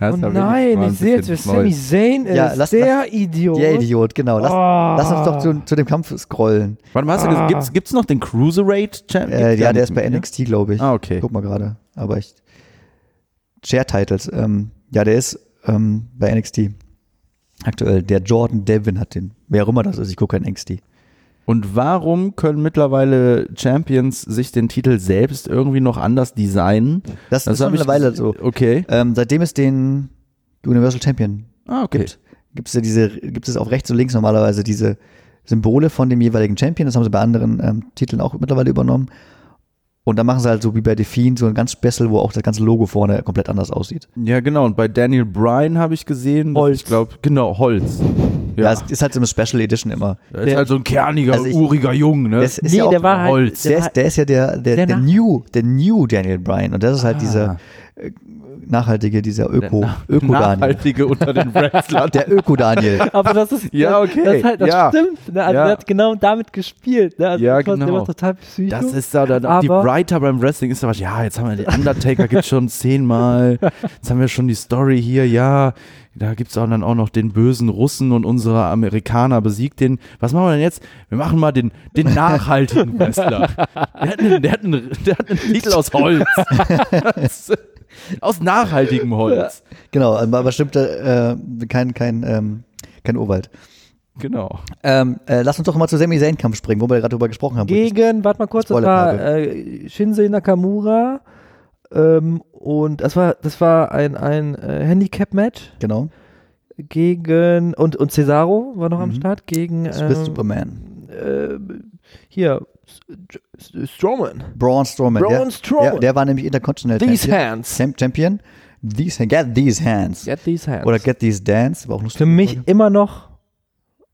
Speaker 3: Ja,
Speaker 1: Oh
Speaker 3: ist ja wirklich
Speaker 1: nein,
Speaker 3: mal ein
Speaker 1: ich sehe jetzt, wer
Speaker 3: bisschen
Speaker 1: Sami
Speaker 3: Neues.
Speaker 1: Zayn ist.
Speaker 2: Ja, lass-
Speaker 1: der Idiot.
Speaker 2: Der Idiot, genau. Lass,
Speaker 1: Ah.
Speaker 2: lass uns doch zu, zu dem Kampf scrollen.
Speaker 3: Warte mal, hast du gesagt, gibt's, gibt's noch den Cruiserweight Champion?
Speaker 2: Äh,
Speaker 3: Gibt's
Speaker 2: ja,
Speaker 3: gar
Speaker 2: der
Speaker 3: nicht
Speaker 2: ist bei
Speaker 3: mehr.
Speaker 2: NXT, glaube ich.
Speaker 3: Ah, okay.
Speaker 2: Guck mal gerade. Aber ich. Share-Titles. Ähm, ja, der ist ähm, bei NXT. Aktuell. Der Jordan Devin hat den. Wer auch immer das ist, ich gucke kein NXT.
Speaker 3: Und warum können mittlerweile Champions sich den Titel selbst irgendwie noch anders designen?
Speaker 2: Das, ist
Speaker 3: Also hab ich-
Speaker 2: mittlerweile so.
Speaker 3: Okay.
Speaker 2: Ähm, seitdem es den Universal Champion
Speaker 3: Ah, okay.
Speaker 2: gibt, gibt es ja diese, gibt es auf rechts und links normalerweise diese Symbole von dem jeweiligen Champion. Das haben sie bei anderen ähm, Titeln auch mittlerweile übernommen. Und dann machen sie halt so wie bei Define so ein ganz Special, wo auch das ganze Logo vorne komplett anders aussieht.
Speaker 3: Ja, genau. Und bei Daniel Bryan habe ich gesehen, dass
Speaker 1: Holz.
Speaker 3: ich glaube, genau, Holz.
Speaker 2: Ja,
Speaker 3: Ja,
Speaker 2: es ist halt so eine Special Edition immer.
Speaker 3: das ist halt so ein kerniger,
Speaker 2: Also ich-
Speaker 3: uriger Jung, ne?
Speaker 2: Das ist
Speaker 1: Nee,
Speaker 2: ja auch
Speaker 1: der war halt-
Speaker 3: Holz.
Speaker 2: Der, ist, der ist ja der, der,
Speaker 1: Sehr
Speaker 2: der,
Speaker 1: nach-
Speaker 2: new, der new Daniel Bryan. Und das ist halt dieser äh, nachhaltige, dieser Öko,
Speaker 3: Ah. Der
Speaker 2: Öko-Daniel.
Speaker 3: Nachhaltige unter den Wrestlern.
Speaker 2: Der Öko-Daniel.
Speaker 1: Aber das ist
Speaker 3: Ja, okay,
Speaker 1: das, ist halt, das
Speaker 3: ja.
Speaker 1: stimmt. Ne? Also
Speaker 3: Ja.
Speaker 1: der hat genau damit gespielt. Ne? Also
Speaker 3: Ja,
Speaker 1: das war- Der
Speaker 3: genau.
Speaker 1: war total psycho.
Speaker 3: Das ist da dann auch die
Speaker 1: Aber-
Speaker 3: Writer beim Wrestling ist da was, ja, jetzt haben wir den Undertaker, gibt's schon zehnmal, jetzt haben wir schon die Story hier, ja, da gibt's auch dann auch noch den bösen Russen und unsere Amerikaner besiegt den. Was machen wir denn jetzt? Wir machen mal den, den nachhaltigen Wrestler. Der hat, einen, der, hat einen, der hat einen Titel aus Holz. aus nachhaltigem Holz.
Speaker 2: Genau, aber bestimmt äh, kein, kein, ähm, kein Urwald.
Speaker 3: Genau.
Speaker 2: Ähm, äh, lass uns doch mal zu Sami Zayn-Kampf springen, wo wir gerade drüber gesprochen haben.
Speaker 1: gegen, warte mal kurz, das
Speaker 2: Spoiler
Speaker 1: war
Speaker 2: habe.
Speaker 1: äh, Shinsei Nakamura ähm, und das war, das war ein, ein äh, Handicap-Match
Speaker 2: Genau.
Speaker 1: gegen und, und Cesaro war noch
Speaker 2: Mhm.
Speaker 1: am Start gegen
Speaker 2: Swiss
Speaker 1: ähm,
Speaker 2: Superman.
Speaker 1: äh, hier S- J- S- Strowman.
Speaker 2: Braun Strowman.
Speaker 1: Braun
Speaker 2: der,
Speaker 1: Strowman.
Speaker 2: Der, der war nämlich Intercontinental
Speaker 1: These
Speaker 2: Champion.
Speaker 1: hands.
Speaker 2: Sam- Champion. These hands. Get these hands.
Speaker 1: Get these hands.
Speaker 2: Oder get Mhm. these dance. War auch lustig.
Speaker 1: Für mich immer noch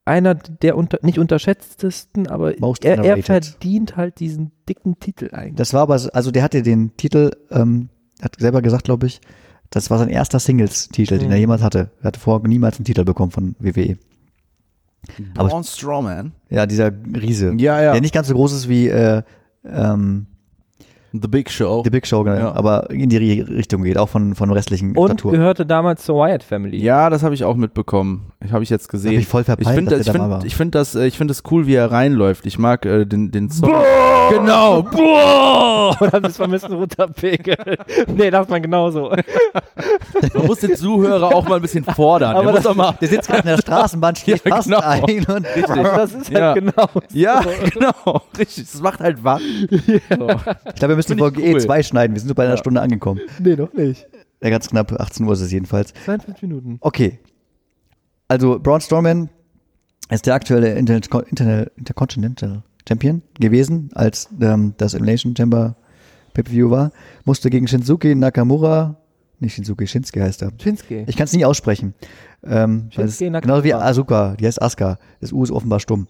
Speaker 1: einer der unter, nicht unterschätztesten, aber
Speaker 2: Most
Speaker 1: er, er
Speaker 2: underrated.
Speaker 1: verdient halt diesen dicken Titel eigentlich.
Speaker 2: Das war aber, also der hatte den Titel, ähm, hat selber gesagt, glaube ich, das war sein erster Singles-Titel, den
Speaker 1: Mhm.
Speaker 2: er jemals hatte. Er hatte vorher niemals einen Titel bekommen von WWE. Aber-
Speaker 3: Braun Strowman.
Speaker 2: Ja, dieser Riese.
Speaker 3: Ja, ja.
Speaker 2: Der nicht ganz so groß ist wie äh, ähm,
Speaker 3: The Big Show.
Speaker 2: The Big Show, genau,
Speaker 3: Ja.
Speaker 2: aber in die Ri- Richtung geht, auch von, von restlichen
Speaker 1: Und
Speaker 2: Statur.
Speaker 1: gehörte damals zur Wyatt Family.
Speaker 3: Ja, das habe ich auch mitbekommen. Ich habe ich jetzt gesehen.
Speaker 2: Hab ich voll verpeilt,
Speaker 3: Ich finde
Speaker 2: dass
Speaker 3: das,
Speaker 2: der
Speaker 3: ich
Speaker 2: da mal war.
Speaker 3: find, ich find das, äh, ich find das cool, wie er reinläuft. Ich mag äh, den, den Song. Genau. Boah!
Speaker 1: Oder haben sie es mal ein bisschen runterpegeln? nee, lass mal genauso.
Speaker 3: Man muss den Zuhörer auch mal ein bisschen fordern.
Speaker 1: Aber
Speaker 3: der muss
Speaker 1: das-
Speaker 3: doch mal.
Speaker 2: Der sitzt gerade in der Straßenbahn, schläft
Speaker 3: Ja,
Speaker 2: fast
Speaker 3: genau.
Speaker 2: ein und
Speaker 1: Also das ist halt
Speaker 3: Ja.
Speaker 1: genau so.
Speaker 3: Ja, genau. Richtig. Das macht halt wach.
Speaker 2: ich glaube, wir müssen die
Speaker 3: Find
Speaker 2: Folge
Speaker 3: ich cool.
Speaker 2: E2 schneiden. Wir sind nur bei einer Stunde angekommen.
Speaker 1: Nee, noch nicht.
Speaker 2: Ja, ganz knapp, 18 Uhr ist es jedenfalls.
Speaker 1: 22 Minuten.
Speaker 2: Okay. Also Braun Strowman ist der aktuelle Inter Inter Intercontinental Champion gewesen, als ähm, das Elimination Chamber Pay-Per-View war. Musste gegen Shinsuke Nakamura, nicht Shinsuke, Shinsuke heißt er.
Speaker 1: Shinsuke.
Speaker 2: Ich kann es nie aussprechen. Ähm, weil es,
Speaker 1: Shinsuke Nakamura.
Speaker 2: genau wie Asuka, die heißt Asuka. Das U ist offenbar stumm.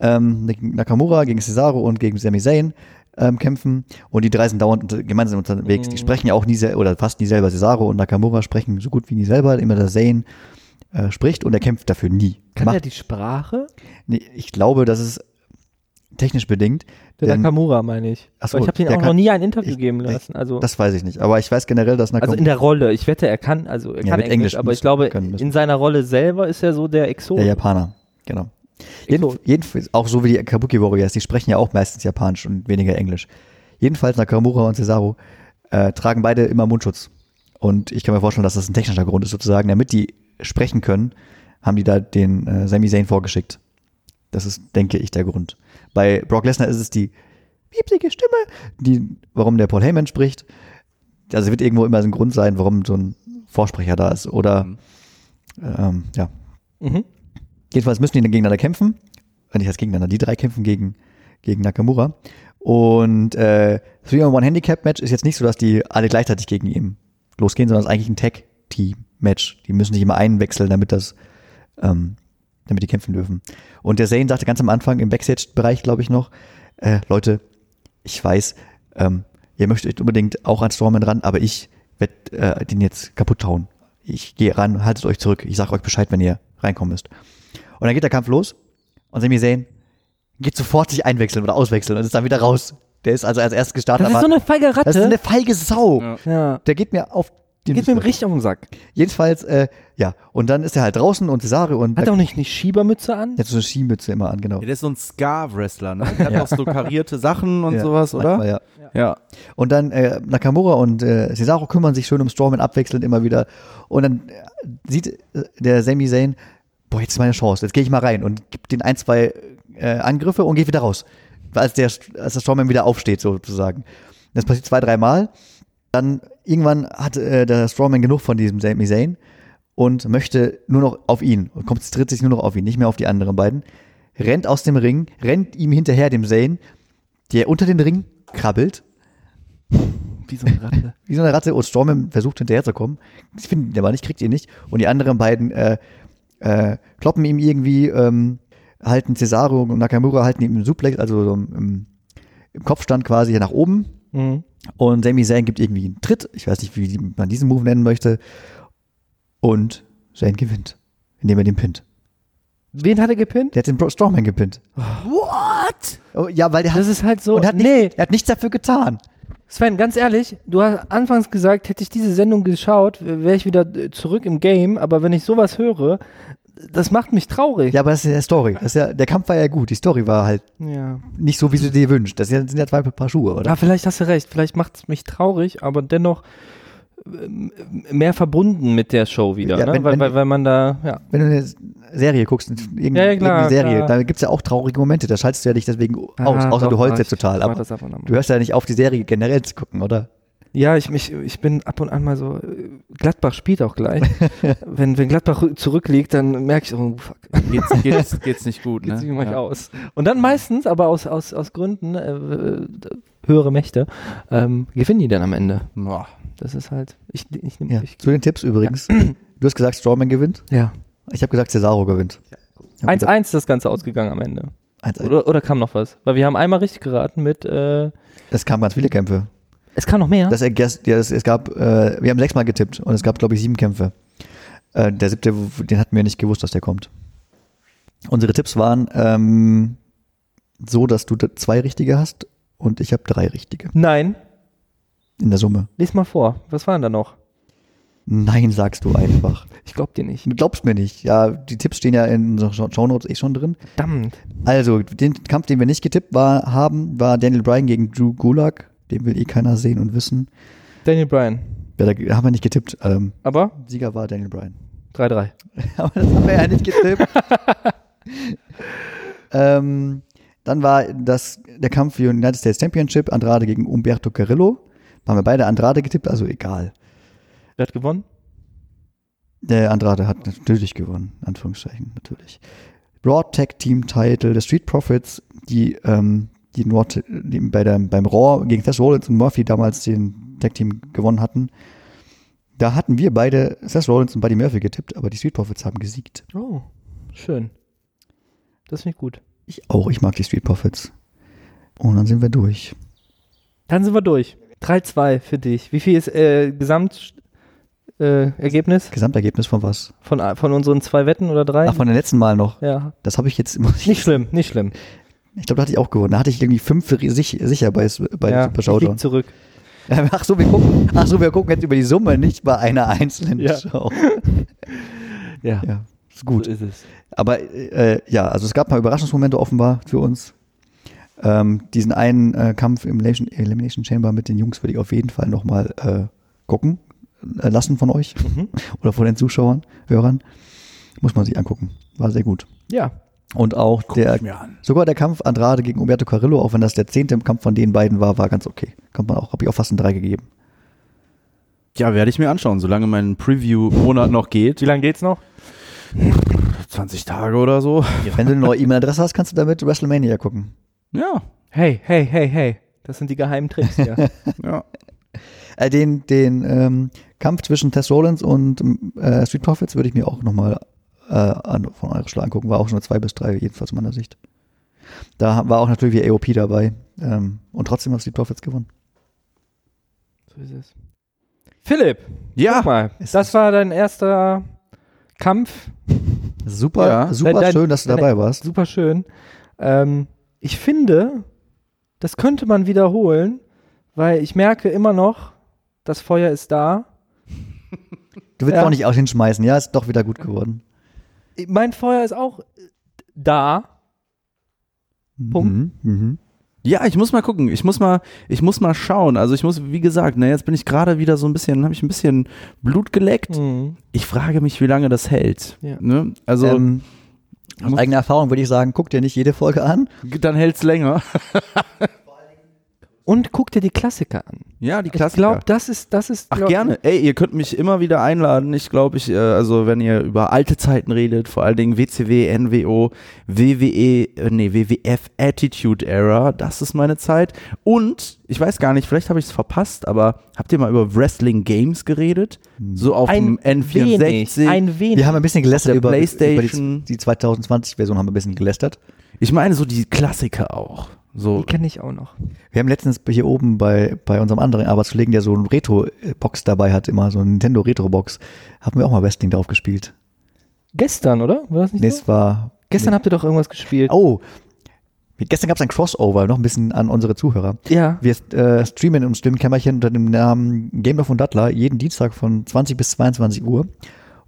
Speaker 2: Ähm, gegen Nakamura gegen Cesaro und gegen Sami Zayn ähm, kämpfen. Und die drei sind dauernd unter, gemeinsam unterwegs.
Speaker 1: Mhm.
Speaker 2: Die sprechen ja auch nie sel- oder fast nie selber. Cesaro und Nakamura sprechen so gut wie nie selber. Immer der Zayn äh, spricht und er kämpft dafür nie.
Speaker 1: Kann er
Speaker 2: Macht,
Speaker 1: die Sprache?
Speaker 2: nee, ich glaube, das ist technisch bedingt.
Speaker 1: Der
Speaker 2: denn-
Speaker 1: Nakamura, meine ich.
Speaker 2: Ach so,
Speaker 1: Weil ich habe ihn
Speaker 2: der
Speaker 1: auch
Speaker 2: kann-
Speaker 1: noch nie ein Interview
Speaker 2: ich-
Speaker 1: geben
Speaker 2: ich-
Speaker 1: lassen. Also,
Speaker 2: das weiß ich nicht. Aber ich weiß generell, dass Nakamura.
Speaker 1: also in der Rolle. Ich wette, er kann, also er
Speaker 2: Ja,
Speaker 1: kann
Speaker 2: mit
Speaker 1: Englisch,
Speaker 2: Englisch
Speaker 1: aber ich
Speaker 2: müssen-
Speaker 1: glaube,
Speaker 2: können müssen.
Speaker 1: in seiner Rolle selber ist er so der Exot.
Speaker 2: Der Japaner, genau.
Speaker 1: Exot.
Speaker 2: Jeden, jedenfalls, auch so wie die Kabuki Warriors, die sprechen ja auch meistens Japanisch und weniger Englisch. Jedenfalls Nakamura und Cesaro äh, tragen beide immer Mundschutz. Und ich kann mir vorstellen, dass das ein technischer Grund ist, sozusagen, damit die sprechen können, haben die da den äh, Sami Zayn vorgeschickt. Das ist, denke ich, der Grund. Bei Brock Lesnar ist es die piepsige Stimme, die, warum der Paul Heyman spricht. Also wird irgendwo immer so ein Grund sein, warum so ein Vorsprecher da ist. Oder ähm, ja,
Speaker 1: Mhm.
Speaker 2: Jedenfalls müssen die dann gegeneinander kämpfen. Äh, Nicht als gegeneinander, die drei kämpfen gegen, gegen Nakamura. Und äh, 3-on-1-Handicap-Match ist jetzt nicht so, dass die alle gleichzeitig gegen ihn losgehen, sondern es ist eigentlich ein Tag-Team-Match. Die müssen sich immer einwechseln, damit das, ähm, damit die kämpfen dürfen. Und der Zane sagte ganz am Anfang im Backstage-Bereich, glaube ich, noch, äh, Leute, ich weiß, ähm, ihr möchtet euch unbedingt auch an Stormen ran, aber ich werde äh, den jetzt kaputt hauen. Ich gehe ran, haltet euch zurück. Ich sage euch Bescheid, wenn ihr reinkommen müsst. Und dann geht der Kampf los und Sami Zayn geht sofort sich einwechseln oder auswechseln und ist dann wieder raus. Der ist also als erstes gestartet.
Speaker 1: Das ist
Speaker 2: aber-
Speaker 1: so eine feige Ratte.
Speaker 2: das ist eine feige Sau.
Speaker 3: Ja.
Speaker 1: ja.
Speaker 2: Der geht mir auf den
Speaker 1: Geht mir richtig auf den Sack.
Speaker 2: Jedenfalls, äh, ja. Und dann ist er halt draußen und Cesare und
Speaker 1: Hat er auch nicht eine Schiebermütze an?
Speaker 2: der hat so eine Skimütze immer an, genau.
Speaker 3: Ja, der ist so ein Scar-Wrestler, ne? Der hat auch so karierte Sachen und
Speaker 2: Ja,
Speaker 3: sowas, oder?
Speaker 2: manchmal, ja.
Speaker 3: ja.
Speaker 2: Und dann äh, Nakamura und äh, Cesaro kümmern sich schön um Strowman abwechselnd immer wieder. Und dann äh, sieht äh, der Sami Zayn, boah, jetzt ist meine Chance, jetzt gehe ich mal rein und gibt den ein, zwei äh, Angriffe und geht wieder raus. Als der, als der Strowman wieder aufsteht, sozusagen. Das passiert zwei, dreimal. Dann irgendwann hat äh, der Strowman genug von diesem Sami Zayn und möchte nur noch auf ihn und konzentriert sich nur noch auf ihn, nicht mehr auf die anderen beiden. Rennt aus dem Ring, rennt ihm hinterher, dem Zayn, der unter den Ring krabbelt
Speaker 1: Wie so eine Ratte.
Speaker 2: wie so eine Ratte und Storm versucht hinterherzukommen. Sie finden ihn aber nicht, kriegt ihn nicht. Und die anderen beiden äh, äh, kloppen ihm irgendwie, ähm, halten Cesaro und Nakamura halten ihm im Suplex, also so im, im Kopfstand quasi nach oben.
Speaker 1: Mhm.
Speaker 2: Und Sami Zayn gibt irgendwie einen Tritt. Ich weiß nicht, wie man diesen Move nennen möchte. Und Zayn gewinnt, indem er den pinnt.
Speaker 1: Wen hat er gepinnt?
Speaker 2: Der hat den Bro- Strongman gepinnt.
Speaker 3: What?
Speaker 2: Oh, ja, weil der hat,
Speaker 1: Das ist halt so.
Speaker 2: und hat nicht,
Speaker 1: nee,
Speaker 2: er hat nichts dafür getan.
Speaker 1: Sven, ganz ehrlich, du hast anfangs gesagt, hätte ich diese Sendung geschaut, wäre ich wieder äh, zurück im Game. Aber wenn ich sowas höre, das macht mich traurig.
Speaker 2: Ja, aber das ist ja Story. Das ist ja, der Kampf war ja gut. Die Story war halt
Speaker 1: ja.
Speaker 2: nicht so, wie du dir wünschst. Das sind ja zwei Paar Schuhe, oder?
Speaker 1: Ja, vielleicht hast du recht. Vielleicht macht es mich traurig, aber dennoch ähm, mehr verbunden mit der Show wieder.
Speaker 2: Ja,
Speaker 1: ne?
Speaker 2: wenn-
Speaker 1: weil,
Speaker 2: wenn-
Speaker 1: weil, weil man da, ja.
Speaker 2: Wenn du eine Serie guckst, irgendeine,
Speaker 1: Ja, ja, klar,
Speaker 2: irgendeine Serie,
Speaker 1: klar.
Speaker 2: da gibt es ja auch traurige Momente. Da schaltest du ja nicht deswegen aus,
Speaker 1: Ah,
Speaker 2: außer
Speaker 1: doch,
Speaker 2: du heulst
Speaker 1: ah, ich-
Speaker 2: jetzt
Speaker 1: ich
Speaker 2: total.
Speaker 1: mach
Speaker 2: Aber
Speaker 1: das ab und an mal.
Speaker 2: du hörst ja nicht auf, die Serie generell zu gucken, oder?
Speaker 1: Ja, ich, mich, ich bin ab und an mal so. äh, Gladbach spielt auch gleich. wenn, wenn Gladbach rü- zurückliegt, dann merke ich, oh fuck,
Speaker 3: Geht's, geht's, geht's nicht gut, ne?
Speaker 1: jetzt ne? ich
Speaker 3: Ja.
Speaker 1: aus. Und dann meistens, aber aus, aus, aus Gründen, äh, äh, höhere Mächte, ähm, gewinnen die dann am Ende.
Speaker 3: Boah.
Speaker 1: Das ist halt. Ich, ich, nehm-
Speaker 2: Ja.
Speaker 1: ich,
Speaker 2: Zu den Tipps übrigens. Du hast gesagt, Strowman gewinnt.
Speaker 1: ja.
Speaker 2: Ich habe gesagt, Cesaro gewinnt. Also,
Speaker 1: 1-1 ist das Ganze ausgegangen am Ende.
Speaker 2: Eins, eins.
Speaker 1: Oder, oder kam noch was? Weil wir haben einmal richtig geraten mit. Äh,
Speaker 2: Es kamen ganz viele Kämpfe.
Speaker 1: es kam noch mehr.
Speaker 2: Das, ergänzt- ja, es, es gab, äh, wir haben sechsmal getippt und es gab, glaube ich, sieben Kämpfe. Äh, der siebte, w- den hatten wir nicht gewusst, dass der kommt. Unsere Tipps waren ähm, so, dass du d- zwei richtige hast und ich habe drei richtige
Speaker 1: Nein,
Speaker 2: in der Summe.
Speaker 1: lies mal vor. Was waren da noch?
Speaker 2: Nein, sagst du einfach.
Speaker 1: Ich glaub dir nicht.
Speaker 2: Du glaubst mir nicht. Ja, die Tipps stehen ja in unseren Show- Shownotes eh schon drin.
Speaker 1: Verdammt.
Speaker 2: Also, den Kampf, den wir nicht getippt war, haben, war Daniel Bryan gegen Drew Gulak. Den will eh keiner sehen und wissen.
Speaker 1: Daniel Bryan.
Speaker 2: Ja, da haben wir nicht getippt. Ähm,
Speaker 1: Aber
Speaker 2: Sieger war Daniel Bryan.
Speaker 1: 3-3.
Speaker 2: Aber das haben wir ja nicht getippt. ähm, dann war das, der Kampf für United States Championship, Andrade gegen Umberto Carrillo. Da haben wir beide Andrade getippt, also egal.
Speaker 1: Wer hat gewonnen?
Speaker 2: Der Andrade hat natürlich gewonnen, in Anführungszeichen, natürlich. Raw Tag Team Title, der Street Profits, die, ähm, die, Raw, die bei der, beim Raw gegen Seth Rollins und Murphy damals den Tag Team gewonnen hatten. Da hatten wir beide Seth Rollins und Buddy Murphy getippt, aber die Street Profits haben gesiegt.
Speaker 1: Oh, schön. Das finde ich gut.
Speaker 2: Ich auch, ich mag die Street Profits. Und dann sind wir durch.
Speaker 1: Dann sind wir durch. 3-2 für dich. Wie viel ist äh, Gesamtergebnis äh, Ergebnis
Speaker 2: Gesamtergebnis von was?
Speaker 1: von, a- von unseren zwei Wetten oder drei?
Speaker 2: Ach, von den letzten Mal noch.
Speaker 1: ja.
Speaker 2: Das habe ich jetzt immer. Ich
Speaker 1: Nicht schlimm, nicht schlimm.
Speaker 2: glaube, da hatte ich auch gewonnen. Da hatte ich irgendwie fünf ri- sich, sicher bei, bei
Speaker 1: ja,
Speaker 2: Super
Speaker 1: ich lieg
Speaker 2: Showdown.
Speaker 1: zurück.
Speaker 2: Ach so, wir gucken, ach so, wir gucken jetzt über die Summe, nicht bei einer einzelnen
Speaker 1: Ja.
Speaker 2: Show.
Speaker 1: Ja,
Speaker 2: Ja, ist gut.
Speaker 1: so ist es.
Speaker 2: Aber äh, ja, also es gab mal Überraschungsmomente offenbar für uns. Ähm, diesen einen äh, Kampf im Elimination, Elimination Chamber mit den Jungs würde ich auf jeden Fall nochmal äh, gucken äh, lassen von euch
Speaker 1: Mhm.
Speaker 2: oder von den Zuschauern, Hörern. Muss man sich angucken. War sehr gut.
Speaker 1: Ja,
Speaker 2: Und auch der,
Speaker 3: ich mir an.
Speaker 2: sogar der Kampf Andrade gegen Umberto Carrillo, auch wenn das der zehnte Kampf von den beiden war, war ganz okay. Kommt man auch, habe ich auch fast ein drei gegeben.
Speaker 3: Ja, werde ich mir anschauen, solange mein Preview-Monat noch geht.
Speaker 1: wie lange geht's noch?
Speaker 3: 20 Tage oder so.
Speaker 2: Wenn du eine neue E-Mail-Adresse hast, kannst du damit WrestleMania gucken.
Speaker 3: Ja,
Speaker 1: Hey, hey, hey, hey. Das sind die geheimen Tricks hier.
Speaker 3: ja.
Speaker 2: Äh, den den ähm, Kampf zwischen Tess Rollins und äh, Street Profits würde ich mir auch nochmal äh, an, von eurer Stelle angucken. War auch schon eine 2 bis 3, jedenfalls aus meiner Sicht. Da war auch natürlich wieder AOP dabei. Ähm, und trotzdem hat Street Profits gewonnen.
Speaker 1: So ist es. Philipp, guck
Speaker 3: Ja,
Speaker 1: mal,
Speaker 2: es
Speaker 1: das
Speaker 2: ist-
Speaker 1: war dein erster Kampf.
Speaker 2: Super,
Speaker 3: Ja.
Speaker 2: super
Speaker 1: Dein- dein-
Speaker 2: schön, dass du
Speaker 1: dein-
Speaker 2: dabei warst.
Speaker 1: Super schön. Ähm, ich finde, das könnte man wiederholen, weil ich merke immer noch, das Feuer ist da.
Speaker 2: Du willst
Speaker 1: Ja.
Speaker 2: auch nicht auch hinschmeißen. Ja, ist doch wieder gut geworden.
Speaker 1: Mein Feuer ist auch äh, da. Punkt.
Speaker 2: Mhm. Mhm.
Speaker 3: ja, ich muss mal gucken. Ich muss mal, ich muss mal schauen. Also ich muss, wie gesagt, ne, jetzt bin ich gerade wieder so ein bisschen, habe ich ein bisschen Blut geleckt. Ich frage mich, wie lange das hält.
Speaker 1: Mhm. Ja.
Speaker 3: Ne? Also
Speaker 2: ähm, aus
Speaker 3: muss-
Speaker 2: eigener Erfahrung würde ich sagen, guck dir nicht jede Folge an.
Speaker 3: dann hält's länger.
Speaker 1: Und guck dir die Klassiker an.
Speaker 3: Ja, die
Speaker 1: Ich glaube, das ist, das ist.
Speaker 3: Ach,
Speaker 1: glaub-
Speaker 3: gerne. Ey, ihr könnt mich immer wieder einladen. Ich glaube, ich, äh, also wenn ihr über alte Zeiten redet, vor allen Dingen WCW, NWO, WWE, äh, nee, WWF Attitude Era, das ist meine Zeit. Und, ich weiß gar nicht, vielleicht habe ich es verpasst, aber habt ihr mal über Wrestling Games geredet? So auf dem
Speaker 1: Ein
Speaker 3: N64.
Speaker 1: wenig, ein wenig.
Speaker 2: Wir haben ein bisschen gelästert
Speaker 3: Der
Speaker 2: über, über die,
Speaker 3: PlayStation.
Speaker 2: die 2020-Version haben wir ein bisschen gelästert.
Speaker 3: ich meine, so die Klassiker auch. So,
Speaker 1: Die kenne ich auch noch.
Speaker 2: Wir haben letztens hier oben bei, bei unserem anderen Arbeitskollegen, der so eine Retro-Box dabei hat, immer so eine Nintendo Retro-Box, haben wir auch mal Wrestling drauf gespielt.
Speaker 1: Gestern, oder? War das nicht
Speaker 2: Nee,
Speaker 1: so?
Speaker 2: es war.
Speaker 1: Gestern habt ihr doch irgendwas gespielt.
Speaker 2: Oh! Gestern gab es ein Crossover, noch ein bisschen an unsere Zuhörer.
Speaker 1: Ja.
Speaker 2: Wir äh, streamen im Stimmkämmerchen unter dem Namen Game of und Dattler jeden Dienstag von 20 bis 22 Uhr.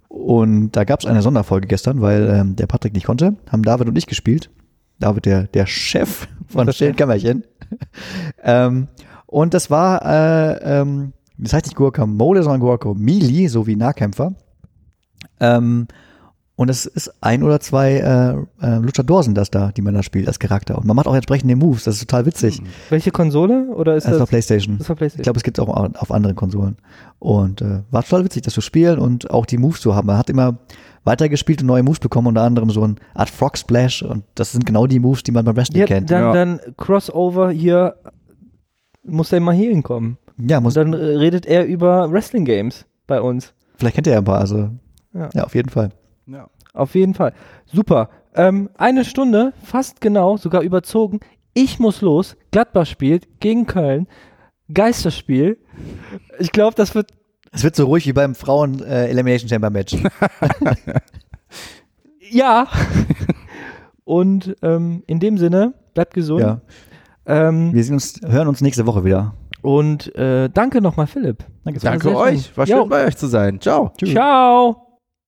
Speaker 2: Und da gab es eine Sonderfolge gestern, weil ähm, der Patrick nicht konnte, haben David und ich gespielt. David, der, der Chef von Stimmkämmerchen. ähm, und das war, äh, ähm, das heißt nicht Guacamole, sondern Guacamole, so wie Nahkämpfer. Ähm, und es ist ein oder zwei äh, äh, Luchadorsen, das da, die man da spielt als Charakter. Und man macht auch entsprechende Moves, das ist total witzig.
Speaker 1: Welche Konsole? Oder ist
Speaker 2: Das
Speaker 1: das?
Speaker 2: ist auf PlayStation.
Speaker 1: Äh, Das war PlayStation.
Speaker 2: Ich glaube, es gibt es auch au- auf anderen Konsolen. Und äh, war total witzig, das zu spielen und auch die Moves zu haben. Man hat immer weitergespielt und neue Moves bekommen, unter anderem so eine Art Frog Splash. Und das sind genau die Moves, die man beim Wrestling
Speaker 1: ja,
Speaker 2: kennt.
Speaker 1: dann,
Speaker 3: Ja.
Speaker 1: dann Crossover hier muss der mal hier hinkommen.
Speaker 2: ja, muss,
Speaker 1: Und dann äh, redet er über Wrestling Games bei uns.
Speaker 2: vielleicht kennt ihr ja ein paar. Also,
Speaker 1: Ja.
Speaker 2: ja. auf jeden Fall.
Speaker 3: ja.
Speaker 1: Auf jeden Fall. Super. Ähm, eine Stunde, fast genau, sogar überzogen. Ich muss los. Gladbach spielt gegen Köln. Geisterspiel. Ich glaube, das wird.
Speaker 2: Es wird so ruhig wie beim Frauen äh, Elimination Chamber Match.
Speaker 1: Ja. Und ähm, in dem Sinne, bleibt gesund.
Speaker 2: ja.
Speaker 1: Ähm,
Speaker 2: Wir sehen uns, hören uns nächste Woche wieder.
Speaker 1: und äh, danke nochmal, Philipp.
Speaker 2: Danke.
Speaker 1: war
Speaker 3: Danke
Speaker 1: sehr
Speaker 3: euch. War
Speaker 1: Jo.
Speaker 3: schön, bei euch zu sein. Ciao.
Speaker 1: Ciao.